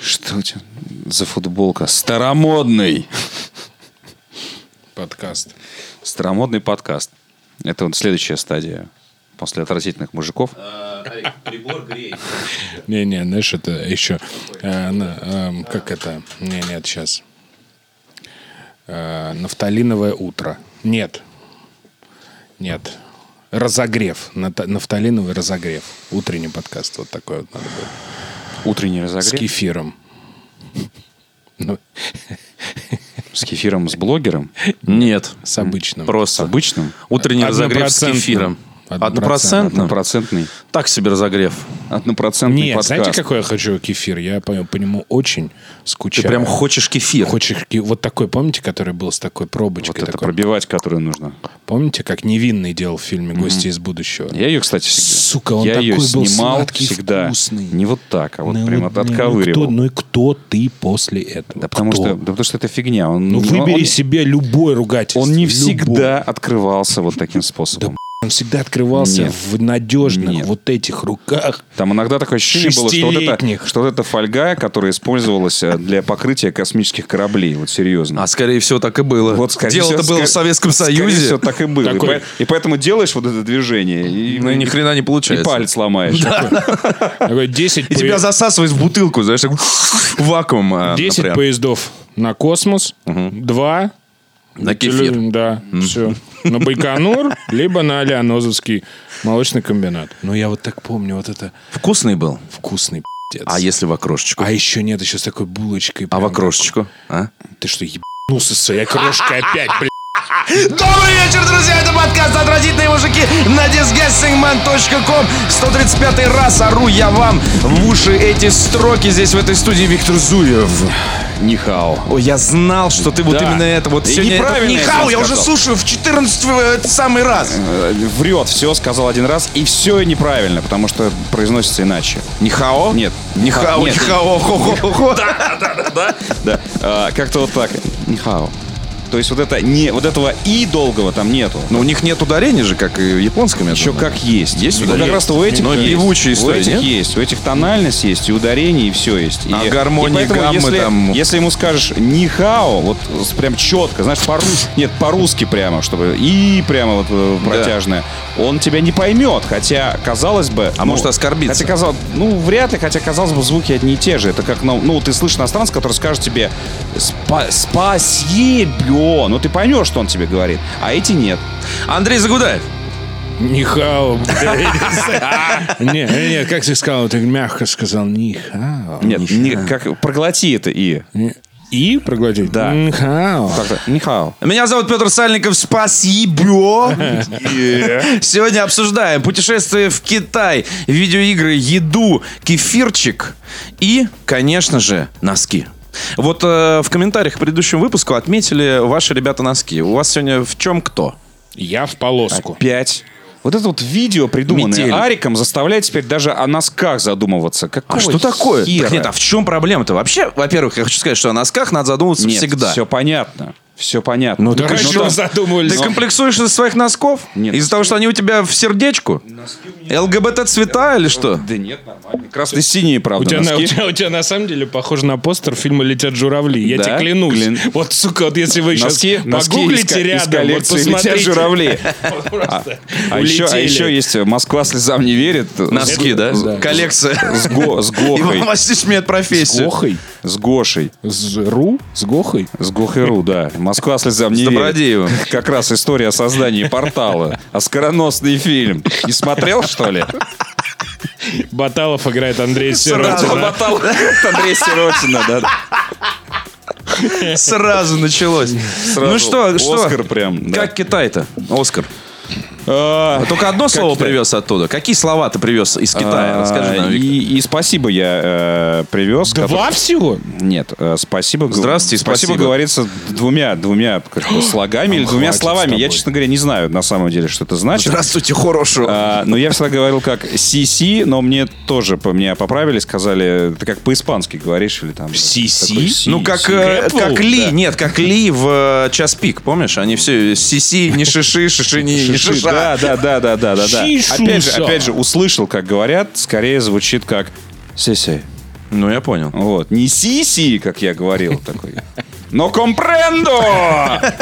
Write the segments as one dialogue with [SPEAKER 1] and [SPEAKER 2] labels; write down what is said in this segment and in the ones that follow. [SPEAKER 1] Что у тебя за футболка? Старомодный.
[SPEAKER 2] Подкаст.
[SPEAKER 1] Старомодный подкаст. Это вот следующая стадия после отвратительных мужиков.
[SPEAKER 3] Э, Прибор греет.
[SPEAKER 2] Не-не, знаешь, это еще... э, на- эм, как это? Не, нет, сейчас. Э, нафталиновое утро. Нет. Нет. Разогрев. Ната- Нафталиновый разогрев. Утренний подкаст. Вот такой вот надо будет.
[SPEAKER 1] Утренний
[SPEAKER 2] С
[SPEAKER 1] разогрев.
[SPEAKER 2] кефиром. Ну,
[SPEAKER 1] С кефиром, с блогером.
[SPEAKER 3] Нет.
[SPEAKER 2] с
[SPEAKER 1] С
[SPEAKER 2] обычным.
[SPEAKER 3] Просто.
[SPEAKER 1] обычным.
[SPEAKER 3] Утренний разогрев с
[SPEAKER 2] Однопроцентным.
[SPEAKER 3] кефиром.
[SPEAKER 2] Однопроцентным.
[SPEAKER 3] Однопроцентным?
[SPEAKER 1] Однопроцентный.
[SPEAKER 3] Так себе разогрев.
[SPEAKER 1] Однопроцентный
[SPEAKER 2] Нет,
[SPEAKER 1] подкаст.
[SPEAKER 2] знаете, какой я хочу кефир? Я по, по нему очень скучаю.
[SPEAKER 3] Ты прям хочешь кефир.
[SPEAKER 2] Хочешь ки- вот такой, помните, который был с такой
[SPEAKER 1] Вот
[SPEAKER 2] пробочкой?
[SPEAKER 1] это
[SPEAKER 2] такой?
[SPEAKER 1] пробивать, которую нужно.
[SPEAKER 2] Помните, как невинный делал в фильме Гости из будущего?
[SPEAKER 1] Я ее, кстати, всегда.
[SPEAKER 2] Сука, он
[SPEAKER 1] я
[SPEAKER 2] такой
[SPEAKER 1] ее
[SPEAKER 2] был
[SPEAKER 1] снимал
[SPEAKER 2] сладкий,
[SPEAKER 1] всегда.
[SPEAKER 2] вкусный.
[SPEAKER 1] Не вот так, а вот
[SPEAKER 2] Ну,
[SPEAKER 1] прям от,
[SPEAKER 2] ну,
[SPEAKER 1] отковыривал.
[SPEAKER 2] кто- Ну и кто ты после этого?
[SPEAKER 1] да, потому
[SPEAKER 2] Кто?
[SPEAKER 1] что, да потому что это фигня. Он,
[SPEAKER 2] Ну
[SPEAKER 1] он-
[SPEAKER 2] выбери
[SPEAKER 1] он-
[SPEAKER 2] себе любой ругательство.
[SPEAKER 1] он не
[SPEAKER 2] любой.
[SPEAKER 1] всегда открывался вот таким способом.
[SPEAKER 2] Он всегда открывался
[SPEAKER 1] Нет.
[SPEAKER 2] в надежных
[SPEAKER 1] Нет.
[SPEAKER 2] вот этих руках.
[SPEAKER 1] Там иногда такое ощущение было, что вот,
[SPEAKER 2] Шестилетних.
[SPEAKER 1] это, что вот эта фольга, которая использовалась э, для покрытия космических кораблей, вот серьезно.
[SPEAKER 3] А скорее всего так и было.
[SPEAKER 1] вот, скорее всего,
[SPEAKER 3] Дело-то было
[SPEAKER 1] скорее-
[SPEAKER 3] в Советском
[SPEAKER 1] скорее всего,
[SPEAKER 3] Союзе.
[SPEAKER 1] так и было. И,
[SPEAKER 2] Такой-
[SPEAKER 1] по- и поэтому делаешь вот это движение, и,
[SPEAKER 3] Ну и ни хрена не
[SPEAKER 1] и
[SPEAKER 3] получается.
[SPEAKER 1] палец ломаешь.
[SPEAKER 2] Такой 10
[SPEAKER 3] И тебя
[SPEAKER 2] пое-
[SPEAKER 3] засасывает в бутылку, знаешь, так вакуум. а,
[SPEAKER 2] 10
[SPEAKER 3] например.
[SPEAKER 2] поездов на космос, 2
[SPEAKER 3] На кефир.
[SPEAKER 2] Да, все. На Байконур, либо на Леонозовский молочный комбинат. Ну, я вот так помню, вот это
[SPEAKER 3] Вкусный был.
[SPEAKER 2] вкусный пи***ц.
[SPEAKER 3] А если в окрошечку?
[SPEAKER 2] А еще нет, еще с такой булочкой.
[SPEAKER 3] А
[SPEAKER 2] прям
[SPEAKER 3] в окрошечку? А?
[SPEAKER 2] такой. Ты что, ебанулся своей крошкой опять, блядь?
[SPEAKER 4] Добрый вечер, друзья! Это подкаст «Отвратительные мужики» на disgustingman.com 135 раз ору я вам в уши эти строки здесь, в этой студии, Виктор Зуев.
[SPEAKER 1] Нихао.
[SPEAKER 3] Ой, я знал, что ты вот
[SPEAKER 2] Да.
[SPEAKER 3] именно это вот
[SPEAKER 1] И
[SPEAKER 3] сегодня...
[SPEAKER 1] неправильно. Правильно
[SPEAKER 4] Нихау,
[SPEAKER 1] я
[SPEAKER 4] я
[SPEAKER 1] тебе
[SPEAKER 4] уже
[SPEAKER 1] сказал.
[SPEAKER 4] слушаю в 14
[SPEAKER 3] э,
[SPEAKER 4] этот самый раз.
[SPEAKER 1] Э, Врет, все сказал один раз, и все неправильно, потому что произносится иначе.
[SPEAKER 3] Нихао?
[SPEAKER 1] Нет.
[SPEAKER 3] Нихао,
[SPEAKER 1] Нет.
[SPEAKER 3] нихао, хо-хо-хо-хо.
[SPEAKER 1] Да. А, Как-то вот так. Нихао. То есть вот это не вот этого и долгого там нету.
[SPEAKER 3] Но Ну, у них нет ударения же, как и в японском. я
[SPEAKER 1] Еще
[SPEAKER 3] думаю.
[SPEAKER 1] как есть.
[SPEAKER 3] Есть
[SPEAKER 1] Вот
[SPEAKER 3] ударение?
[SPEAKER 1] как раз у этих
[SPEAKER 3] Но
[SPEAKER 1] есть.
[SPEAKER 3] певучая история,
[SPEAKER 1] У этих
[SPEAKER 3] нет?
[SPEAKER 1] есть. У этих тональность есть, и ударение, и все есть. И-
[SPEAKER 3] А
[SPEAKER 1] и
[SPEAKER 3] гармонии,
[SPEAKER 1] поэтому,
[SPEAKER 3] гаммы
[SPEAKER 1] если,
[SPEAKER 3] там?
[SPEAKER 1] Если ему скажешь нихао, вот с- прям четко, знаешь, по-русски, нет, по-русски прямо, чтобы и прямо вот э, протяжное, он тебя не поймет, хотя, казалось бы... ну,
[SPEAKER 3] А может, оскорбиться?
[SPEAKER 1] Хотя, казалось, ну, вряд ли, хотя, казалось бы, звуки одни и те же. Это как, ну, ну, ты слышишь иностранца, который скажет тебе «Спа- «спасибо», ну, ты поймешь, что он тебе говорит, а эти нет.
[SPEAKER 3] Андрей Загудаев.
[SPEAKER 2] Нихао, блядь. Нет, нет, как ты сказал, ты мягко сказал, нихао.
[SPEAKER 1] Нет, ни- как, проглоти это «и».
[SPEAKER 2] И проглотить?
[SPEAKER 1] Да.
[SPEAKER 2] Нихао.
[SPEAKER 1] Как-то «нихао».
[SPEAKER 3] Меня зовут Петр Сальников. Спасибо. Сегодня обсуждаем путешествие в Китай, видеоигры, еду, кефирчик и, конечно же, носки. Вот э, в комментариях к предыдущему выпуску отметили ваши ребята носки. У вас сегодня в чем кто?
[SPEAKER 2] Я в полоску.
[SPEAKER 1] Пять. Вот это вот видео, придуманное
[SPEAKER 3] Метели.
[SPEAKER 1] Ариком, заставляет теперь даже о носках задумываться. Какого
[SPEAKER 3] А что такое?
[SPEAKER 1] хера?
[SPEAKER 3] Так нет, а в чем проблема-то? Вообще, во-первых, я хочу сказать, что о носках надо задумываться
[SPEAKER 1] Нет,
[SPEAKER 3] всегда.
[SPEAKER 1] все понятно. Все понятно.
[SPEAKER 3] Ну, так
[SPEAKER 1] Ну,
[SPEAKER 3] а
[SPEAKER 1] там-
[SPEAKER 3] что
[SPEAKER 2] Хорошо задумались.
[SPEAKER 3] Ты комплексуешь из своих носков?
[SPEAKER 1] Нет.
[SPEAKER 3] Из-за того, что они у тебя в сердечку? ЛГБТ цвета или что?
[SPEAKER 1] Да нет, нормально. Красно-синие, правда,
[SPEAKER 2] У тебя, на, у,
[SPEAKER 1] ну, носки.
[SPEAKER 2] тебя, у тебя на самом деле похоже на постер фильма «Летят журавли». Я
[SPEAKER 1] Да,
[SPEAKER 2] тебе клянусь.
[SPEAKER 1] клин-
[SPEAKER 2] Вот, сука, вот если вы
[SPEAKER 1] Носки,
[SPEAKER 2] сейчас
[SPEAKER 1] носки из, ко-
[SPEAKER 2] погуглите
[SPEAKER 1] из
[SPEAKER 2] рядом, вот
[SPEAKER 1] коллекции «Летят
[SPEAKER 2] посмотрите.
[SPEAKER 1] журавли».
[SPEAKER 2] Вот просто
[SPEAKER 1] А еще, а
[SPEAKER 2] улетели.
[SPEAKER 1] еще есть «Москва слезам не верит».
[SPEAKER 3] Носки, да?
[SPEAKER 1] С,
[SPEAKER 3] Коллекция.
[SPEAKER 1] с Го- с Гохой.
[SPEAKER 3] Иван Васильевич меняет
[SPEAKER 2] С
[SPEAKER 3] профессию.
[SPEAKER 2] Гохой?
[SPEAKER 1] С Гошей.
[SPEAKER 2] С Ру? С Гохой?
[SPEAKER 1] С Гохеру, да. Москва слезам не
[SPEAKER 3] С Добродеевым.
[SPEAKER 1] верит. Как раз история о создании портала. Оскароносный фильм. Не смотрел, что ли?
[SPEAKER 2] Баталов играет Андрей Сиротин.
[SPEAKER 1] Батал Андрей Сиротина, да.
[SPEAKER 3] Сразу началось.
[SPEAKER 1] Сразу
[SPEAKER 3] ну что, что?
[SPEAKER 1] Оскар прям, да.
[SPEAKER 3] Как Китай-то? Оскар.
[SPEAKER 1] А,
[SPEAKER 3] Только одно слово
[SPEAKER 1] Китай?
[SPEAKER 3] привез оттуда. Какие слова ты привез из Китая? Расскажи нам, Виктор.
[SPEAKER 1] А, и, и спасибо я э, привез.
[SPEAKER 2] Два
[SPEAKER 1] который-
[SPEAKER 2] всего?
[SPEAKER 1] Нет, э, спасибо. г-
[SPEAKER 3] Здравствуйте,
[SPEAKER 1] спасибо.
[SPEAKER 3] спасибо.
[SPEAKER 1] говорится двумя, двумя как бы, слогами или двумя
[SPEAKER 2] хватит с
[SPEAKER 1] словами. Я,
[SPEAKER 2] тобой.
[SPEAKER 1] честно говоря, не знаю на самом деле, что это значит.
[SPEAKER 3] Здравствуйте, хорошо.
[SPEAKER 1] А, но я всегда говорил как CC, но мне тоже по- меня поправили, сказали, ты как по-испански говоришь или там.
[SPEAKER 2] CC?
[SPEAKER 1] такой «Си».
[SPEAKER 3] Ну, как, э,
[SPEAKER 2] Apple,
[SPEAKER 3] как Ли,
[SPEAKER 2] да.
[SPEAKER 3] нет, как Ли в э, час пик, помнишь? Они все сиси, не шиши, шиши, не, не
[SPEAKER 1] Шиши,
[SPEAKER 3] шиша.
[SPEAKER 1] Да, да, да, да, да, да, да.
[SPEAKER 2] Шишуша.
[SPEAKER 1] Опять же, опять же, услышал, как говорят, скорее звучит как сиси.
[SPEAKER 3] Ну, я понял.
[SPEAKER 1] Вот. Не сиси, как я говорил такой. Но компрендо!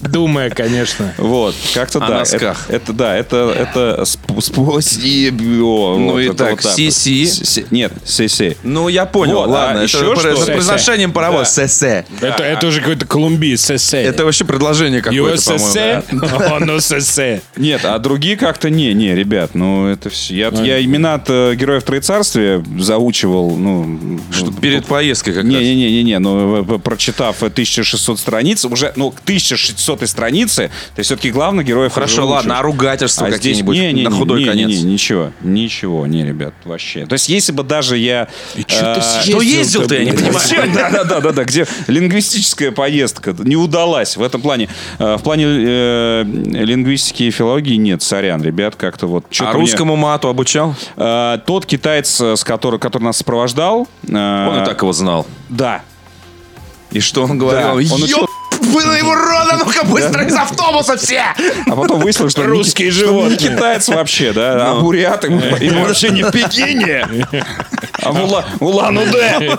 [SPEAKER 2] Думая, конечно.
[SPEAKER 1] Вот, как-то
[SPEAKER 3] О
[SPEAKER 1] да.
[SPEAKER 3] носках.
[SPEAKER 1] Это, это да, это это сп- спасибо.
[SPEAKER 3] Ну
[SPEAKER 1] вот,
[SPEAKER 3] и
[SPEAKER 1] это
[SPEAKER 3] так,
[SPEAKER 1] вот вот.
[SPEAKER 3] си-си.
[SPEAKER 1] Си- Нет, си-си.
[SPEAKER 3] Ну, я понял.
[SPEAKER 1] Вот, а
[SPEAKER 3] Ладно, это
[SPEAKER 1] еще
[SPEAKER 3] про-
[SPEAKER 1] что?
[SPEAKER 3] с произношением паровоз. Сесе.
[SPEAKER 2] Это, это уже какой-то Колумбий, сесе.
[SPEAKER 3] Это вообще предложение какое-то,
[SPEAKER 2] USSR?
[SPEAKER 3] по-моему.
[SPEAKER 2] О, ну сесе.
[SPEAKER 1] Нет, а другие как-то не, не, ребят, ну это все. Я, я имена героев Троецарствия заучивал, ну
[SPEAKER 3] да. Перед поездкой как раз.
[SPEAKER 1] Не-не-не-не, ну, э, п- прочитав э, 1600 страниц, уже, ну, к 1600 странице, ты все-таки главный герой
[SPEAKER 3] Хорошо, ладно, а ругательства какие-нибудь на худой конец?
[SPEAKER 1] ничего, ничего, не, ребят, вообще. То есть, если бы даже я...
[SPEAKER 2] чё ты
[SPEAKER 1] э,
[SPEAKER 2] съездил-то,
[SPEAKER 1] что ездил-то, я не
[SPEAKER 2] блядь?
[SPEAKER 1] понимаю. Да-да-да, где лингвистическая поездка не удалась в этом плане. Э, В плане э, лингвистики и филологии нет, сорян, ребят, как-то вот... чё-то
[SPEAKER 3] А
[SPEAKER 1] мне-
[SPEAKER 3] русскому мату обучал?
[SPEAKER 1] Э, Тот китаец, э, с который, который нас сопровождал... А.
[SPEAKER 3] Он и так его знал.
[SPEAKER 1] Да,
[SPEAKER 3] И что он
[SPEAKER 1] да.
[SPEAKER 3] говорил?
[SPEAKER 1] Он учил-
[SPEAKER 4] Было его рода, ну-ка быстро из автобуса все!
[SPEAKER 1] А потом выяснилось, что
[SPEAKER 2] Русские
[SPEAKER 1] не, ки- что не
[SPEAKER 2] животные.
[SPEAKER 1] китаец вообще, да,
[SPEAKER 3] Ну.
[SPEAKER 1] а бурят ему, ему вообще не в Пекине, а в Ула- Улан-Удэ.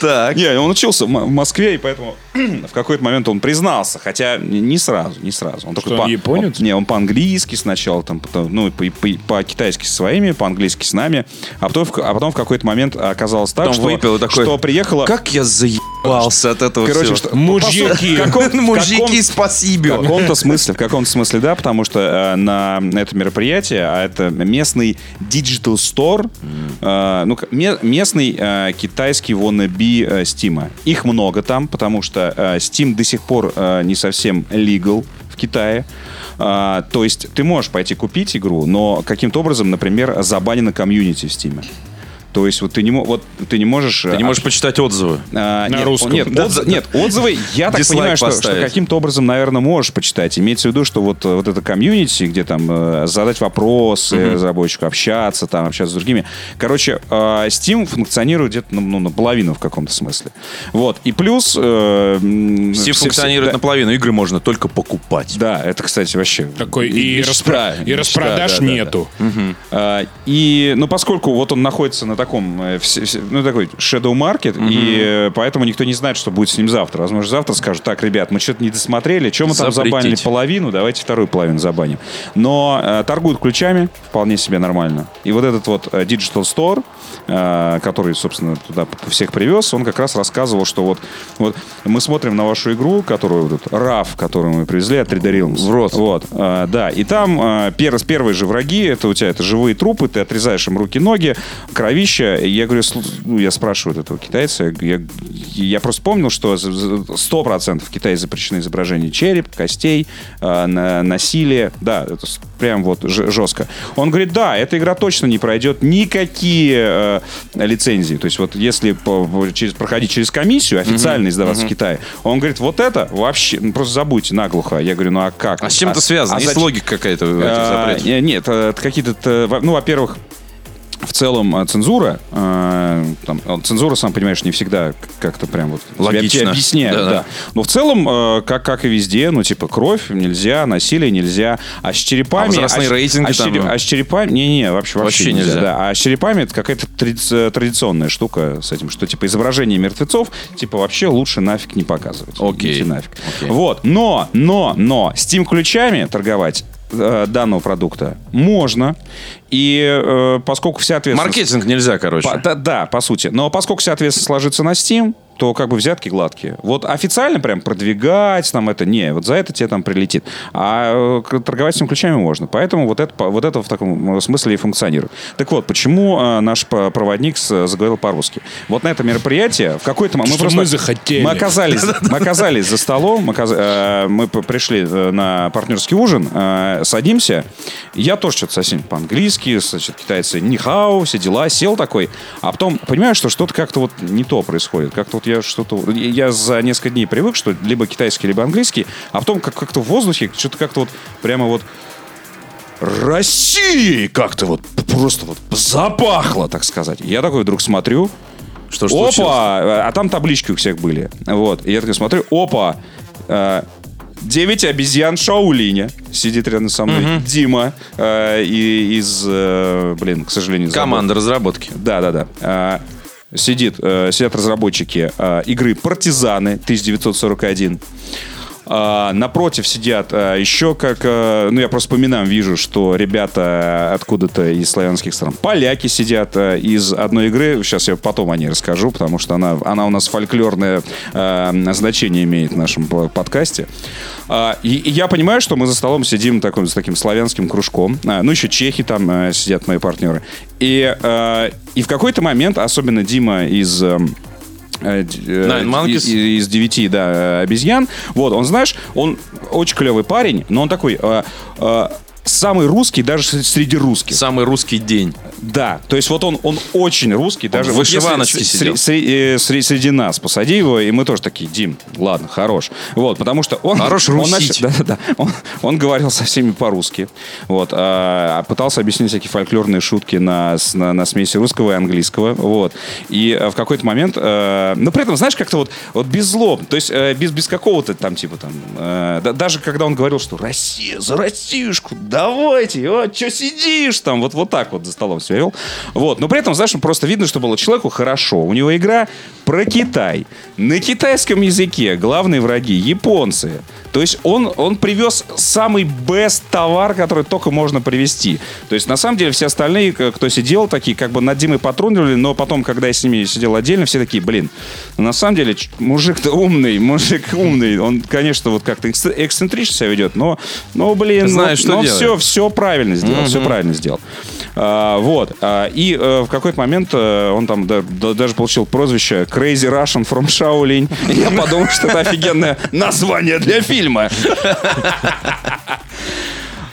[SPEAKER 3] Так.
[SPEAKER 1] Не, он учился в М- в Москве, и поэтому в какой-то момент он признался, хотя не сразу, не сразу. Он только
[SPEAKER 2] он японец?
[SPEAKER 1] он- не, он по-английски сначала, там, потом, ну, и по- и по- по-китайски со своими, по-английски с нами, а потом, в- а потом в какой-то момент оказалось так,
[SPEAKER 3] Потом
[SPEAKER 1] что,
[SPEAKER 3] выпил и такой,
[SPEAKER 1] что приехала...
[SPEAKER 3] Как я заебался от этого
[SPEAKER 1] Короче,
[SPEAKER 3] всего.
[SPEAKER 1] что,
[SPEAKER 2] Мужики.
[SPEAKER 1] по сути, в каком- в каком-
[SPEAKER 3] Мужики,
[SPEAKER 1] В
[SPEAKER 3] спасибо.
[SPEAKER 1] каком-то смысле, в каком-то смысле, да, потому что э, на это мероприятие, а это местный digital store, э, ну, к- ме- местный э, китайский wannabe э, Steam. Их много там, потому что э, Steam до сих пор э, не совсем legal в Китае. А, то есть ты можешь пойти купить игру, но каким-то образом, например, забанено комьюнити в Steam. То есть вот ты не, мо- вот, ты не можешь... э,
[SPEAKER 3] Ты не можешь почитать отзывы.
[SPEAKER 1] А,
[SPEAKER 2] На
[SPEAKER 1] нет,
[SPEAKER 2] русском.
[SPEAKER 1] Нет,
[SPEAKER 2] Да,
[SPEAKER 1] отзы- нет, отзывы, я так
[SPEAKER 3] Дизлайк
[SPEAKER 1] понимаю, что, что
[SPEAKER 3] поставить.
[SPEAKER 1] каким-то образом, наверное, можешь почитать. Имеется в виду, что вот, э, вот это комьюнити, где там э, задать вопросы разработчику, общаться, там, общаться с другими. Короче, э, Steam функционирует где-то ну, наполовину в каком-то смысле. Вот. И плюс... э, м,
[SPEAKER 3] Все
[SPEAKER 1] все- все-
[SPEAKER 3] функционируют
[SPEAKER 1] да,
[SPEAKER 3] наполовину, игры можно только покупать.
[SPEAKER 1] Да, это, кстати, вообще...
[SPEAKER 2] Такой и,
[SPEAKER 1] мечта,
[SPEAKER 2] распро- и
[SPEAKER 1] мечта,
[SPEAKER 2] распродаж
[SPEAKER 1] да, да, да.
[SPEAKER 2] нету.
[SPEAKER 1] А, И, ну, поскольку вот он находится на таком, э, вс- вс- ну, такой shadow market, и э, поэтому никто не знает, что будет с ним завтра. Возможно, завтра скажут, так, ребят, мы что-то не досмотрели, что мы там
[SPEAKER 3] Запретить.
[SPEAKER 1] забанили половину, давайте вторую половину забаним. Но э, торгуют ключами вполне себе нормально. И вот этот вот э, Digital Store, э, который, собственно, туда п- всех привез, он как раз рассказывал, что вот, вот мы смотрим на вашу игру, которую вот этот RAF, которую мы привезли от 3D Realms.
[SPEAKER 3] В рот.
[SPEAKER 1] Вот, э, да. И там э, пер- первые же враги, это у тебя это живые трупы, ты отрезаешь им руки-ноги, кровища. И Я говорю, слу- ну, я спрашиваю вот этого китайца, я, я просто помнил, что за- за- 100% в Китае запрещены изображения череп, костей, э, на- насилие. Да, это с- прям вот ж- жестко. Он говорит, да, эта игра точно не пройдет никакие э, лицензии. То есть вот если по- по- через, проходить через комиссию, официально издаваться в Китае, он говорит, вот это вообще, ну, просто забудьте наглухо. Я говорю, ну а как?
[SPEAKER 3] А с чем это связано?
[SPEAKER 1] а
[SPEAKER 3] Есть
[SPEAKER 1] зачем-
[SPEAKER 3] логика какая-то в э, этих
[SPEAKER 1] А,
[SPEAKER 3] запретах?
[SPEAKER 1] не- Нет, э, это какие-то... э, во- Ну, во-первых, в целом э, цензура, э, там, э, цензура, сам понимаешь, не всегда к- как-то прям вот тебе-
[SPEAKER 3] Логично.
[SPEAKER 1] тебе объясняют,
[SPEAKER 3] Да-да.
[SPEAKER 1] да. Но в целом, э, как, как и везде, ну, типа, кровь нельзя, насилие нельзя, а с черепами...
[SPEAKER 3] А возрастные
[SPEAKER 1] с-
[SPEAKER 3] рейтинги
[SPEAKER 1] а с,
[SPEAKER 3] там?
[SPEAKER 1] чере- а с черепами... Не-не, вообще, вообще,
[SPEAKER 3] Вообще
[SPEAKER 1] нельзя.
[SPEAKER 3] нельзя.
[SPEAKER 1] да. А с черепами это какая-то тради- традиционная штука с этим, что, типа, изображение мертвецов, типа, вообще лучше нафиг не показывать.
[SPEAKER 3] Окей.
[SPEAKER 1] Идите нафиг. Вот, но, но, но, Steam ключами торговать э, данного продукта можно. И э, поскольку вся ответственность...
[SPEAKER 3] Маркетинг нельзя, короче.
[SPEAKER 1] По- да, да, по сути. Но поскольку вся ответственность сложится на Steam, то как бы взятки гладкие. Вот официально прям продвигать там это, не, вот за это тебе там прилетит. А э, к- торговать этими ключами можно. Поэтому вот это, по- вот это в таком э, смысле и функционирует. Так вот, почему э, наш по- проводник с- заговорил по-русски? Вот на это мероприятие в какой-то момент...
[SPEAKER 2] Что мы захотели.
[SPEAKER 1] Мы оказались, мы оказались за столом, мы, оказ- э, мы п- пришли э, на партнерский ужин, э, садимся. Я тоже что-то совсем по-английски, значит, китайцы нихау, все дела, сел такой. А потом понимаю, что что-то как-то вот не то происходит. Как-то вот я что-то... Я за несколько дней привык, что либо китайский, либо английский, а потом как- как-то в воздухе что-то как-то вот прямо вот России как-то вот просто вот запахло, так сказать. Я такой вдруг смотрю,
[SPEAKER 3] Что ж
[SPEAKER 1] опа!
[SPEAKER 3] случилось?
[SPEAKER 1] А там таблички у всех были. Вот. И я такой смотрю, опа! э, 9 обезьян Шаулиня. Сидит рядом со мной. Дима э, и, из... э, блин, к сожалению, забыл.
[SPEAKER 3] Команда разработки.
[SPEAKER 1] Да, да, да. А, Сидит, э, сидят разработчики а, игры «Партизаны» 1941. А, Напротив сидят а, еще как... а, Ну, я просто по именам вижу, что ребята откуда-то из славянских стран. Поляки сидят а, из одной игры. Сейчас я потом о ней расскажу, потому что она, она у нас фольклорное а, значение имеет в нашем по- подкасте. А, И, и я понимаю, что мы за столом сидим таком, с таким славянским кружком. А, Ну, еще чехи там а, сидят, мои партнеры. И, а, и в какой-то момент, особенно Дима из... эм, э, д- э,
[SPEAKER 3] Nine Monkeys.
[SPEAKER 1] из- из девяти, да, э, обезьян. Вот, он, знаешь, он очень клевый парень, но он такой э, э, самый русский даже с- среди русских.
[SPEAKER 3] Самый русский день.
[SPEAKER 1] Да, то есть вот он, он очень русский. даже
[SPEAKER 3] в
[SPEAKER 1] вот если
[SPEAKER 3] вышиваночке
[SPEAKER 1] сре-
[SPEAKER 3] сидел.
[SPEAKER 1] сре- э, сре- среди нас посади его, и мы тоже такие, Дим, ладно, хорош. Вот, потому что он...
[SPEAKER 3] Хорош
[SPEAKER 1] он
[SPEAKER 3] русить.
[SPEAKER 1] начал- да-да-да. Он, он говорил со всеми по-русски. Вот, а, пытался объяснить всякие фольклорные шутки на, с- на, на смеси русского и английского. Вот. И э, в какой-то момент... э, но при этом, знаешь, как-то вот, вот без злоб, то есть э, без, без какого-то там, типа там... э, да- даже когда он говорил, что Россия за Россиюшку, давайте, о, что сидишь там, вот, вот так вот за столом себя вел. Вот. Но при этом, знаешь, просто видно, что было человеку хорошо. У него игра про Китай. На китайском языке главные враги японцы. То есть он, он привез самый best товар, который только можно привезти. То есть на самом деле все остальные, к- кто сидел, такие как бы над Димой патрунили, но потом, когда я с ними сидел отдельно, все такие, блин, ну, на самом деле ч- мужик-то умный, мужик умный. Он, конечно, вот как-то экс- эксцентрично себя ведет, но, но блин,
[SPEAKER 3] Знаешь,
[SPEAKER 1] ну,
[SPEAKER 3] что
[SPEAKER 1] но
[SPEAKER 3] делает.
[SPEAKER 1] все, все правильно сделал, все правильно сделал. А, вот. А, и э, в какой-то момент э, он там да- да- даже получил прозвище Crazy Russian from Shaolin. И Я подумал, что это офигенное название для фильма.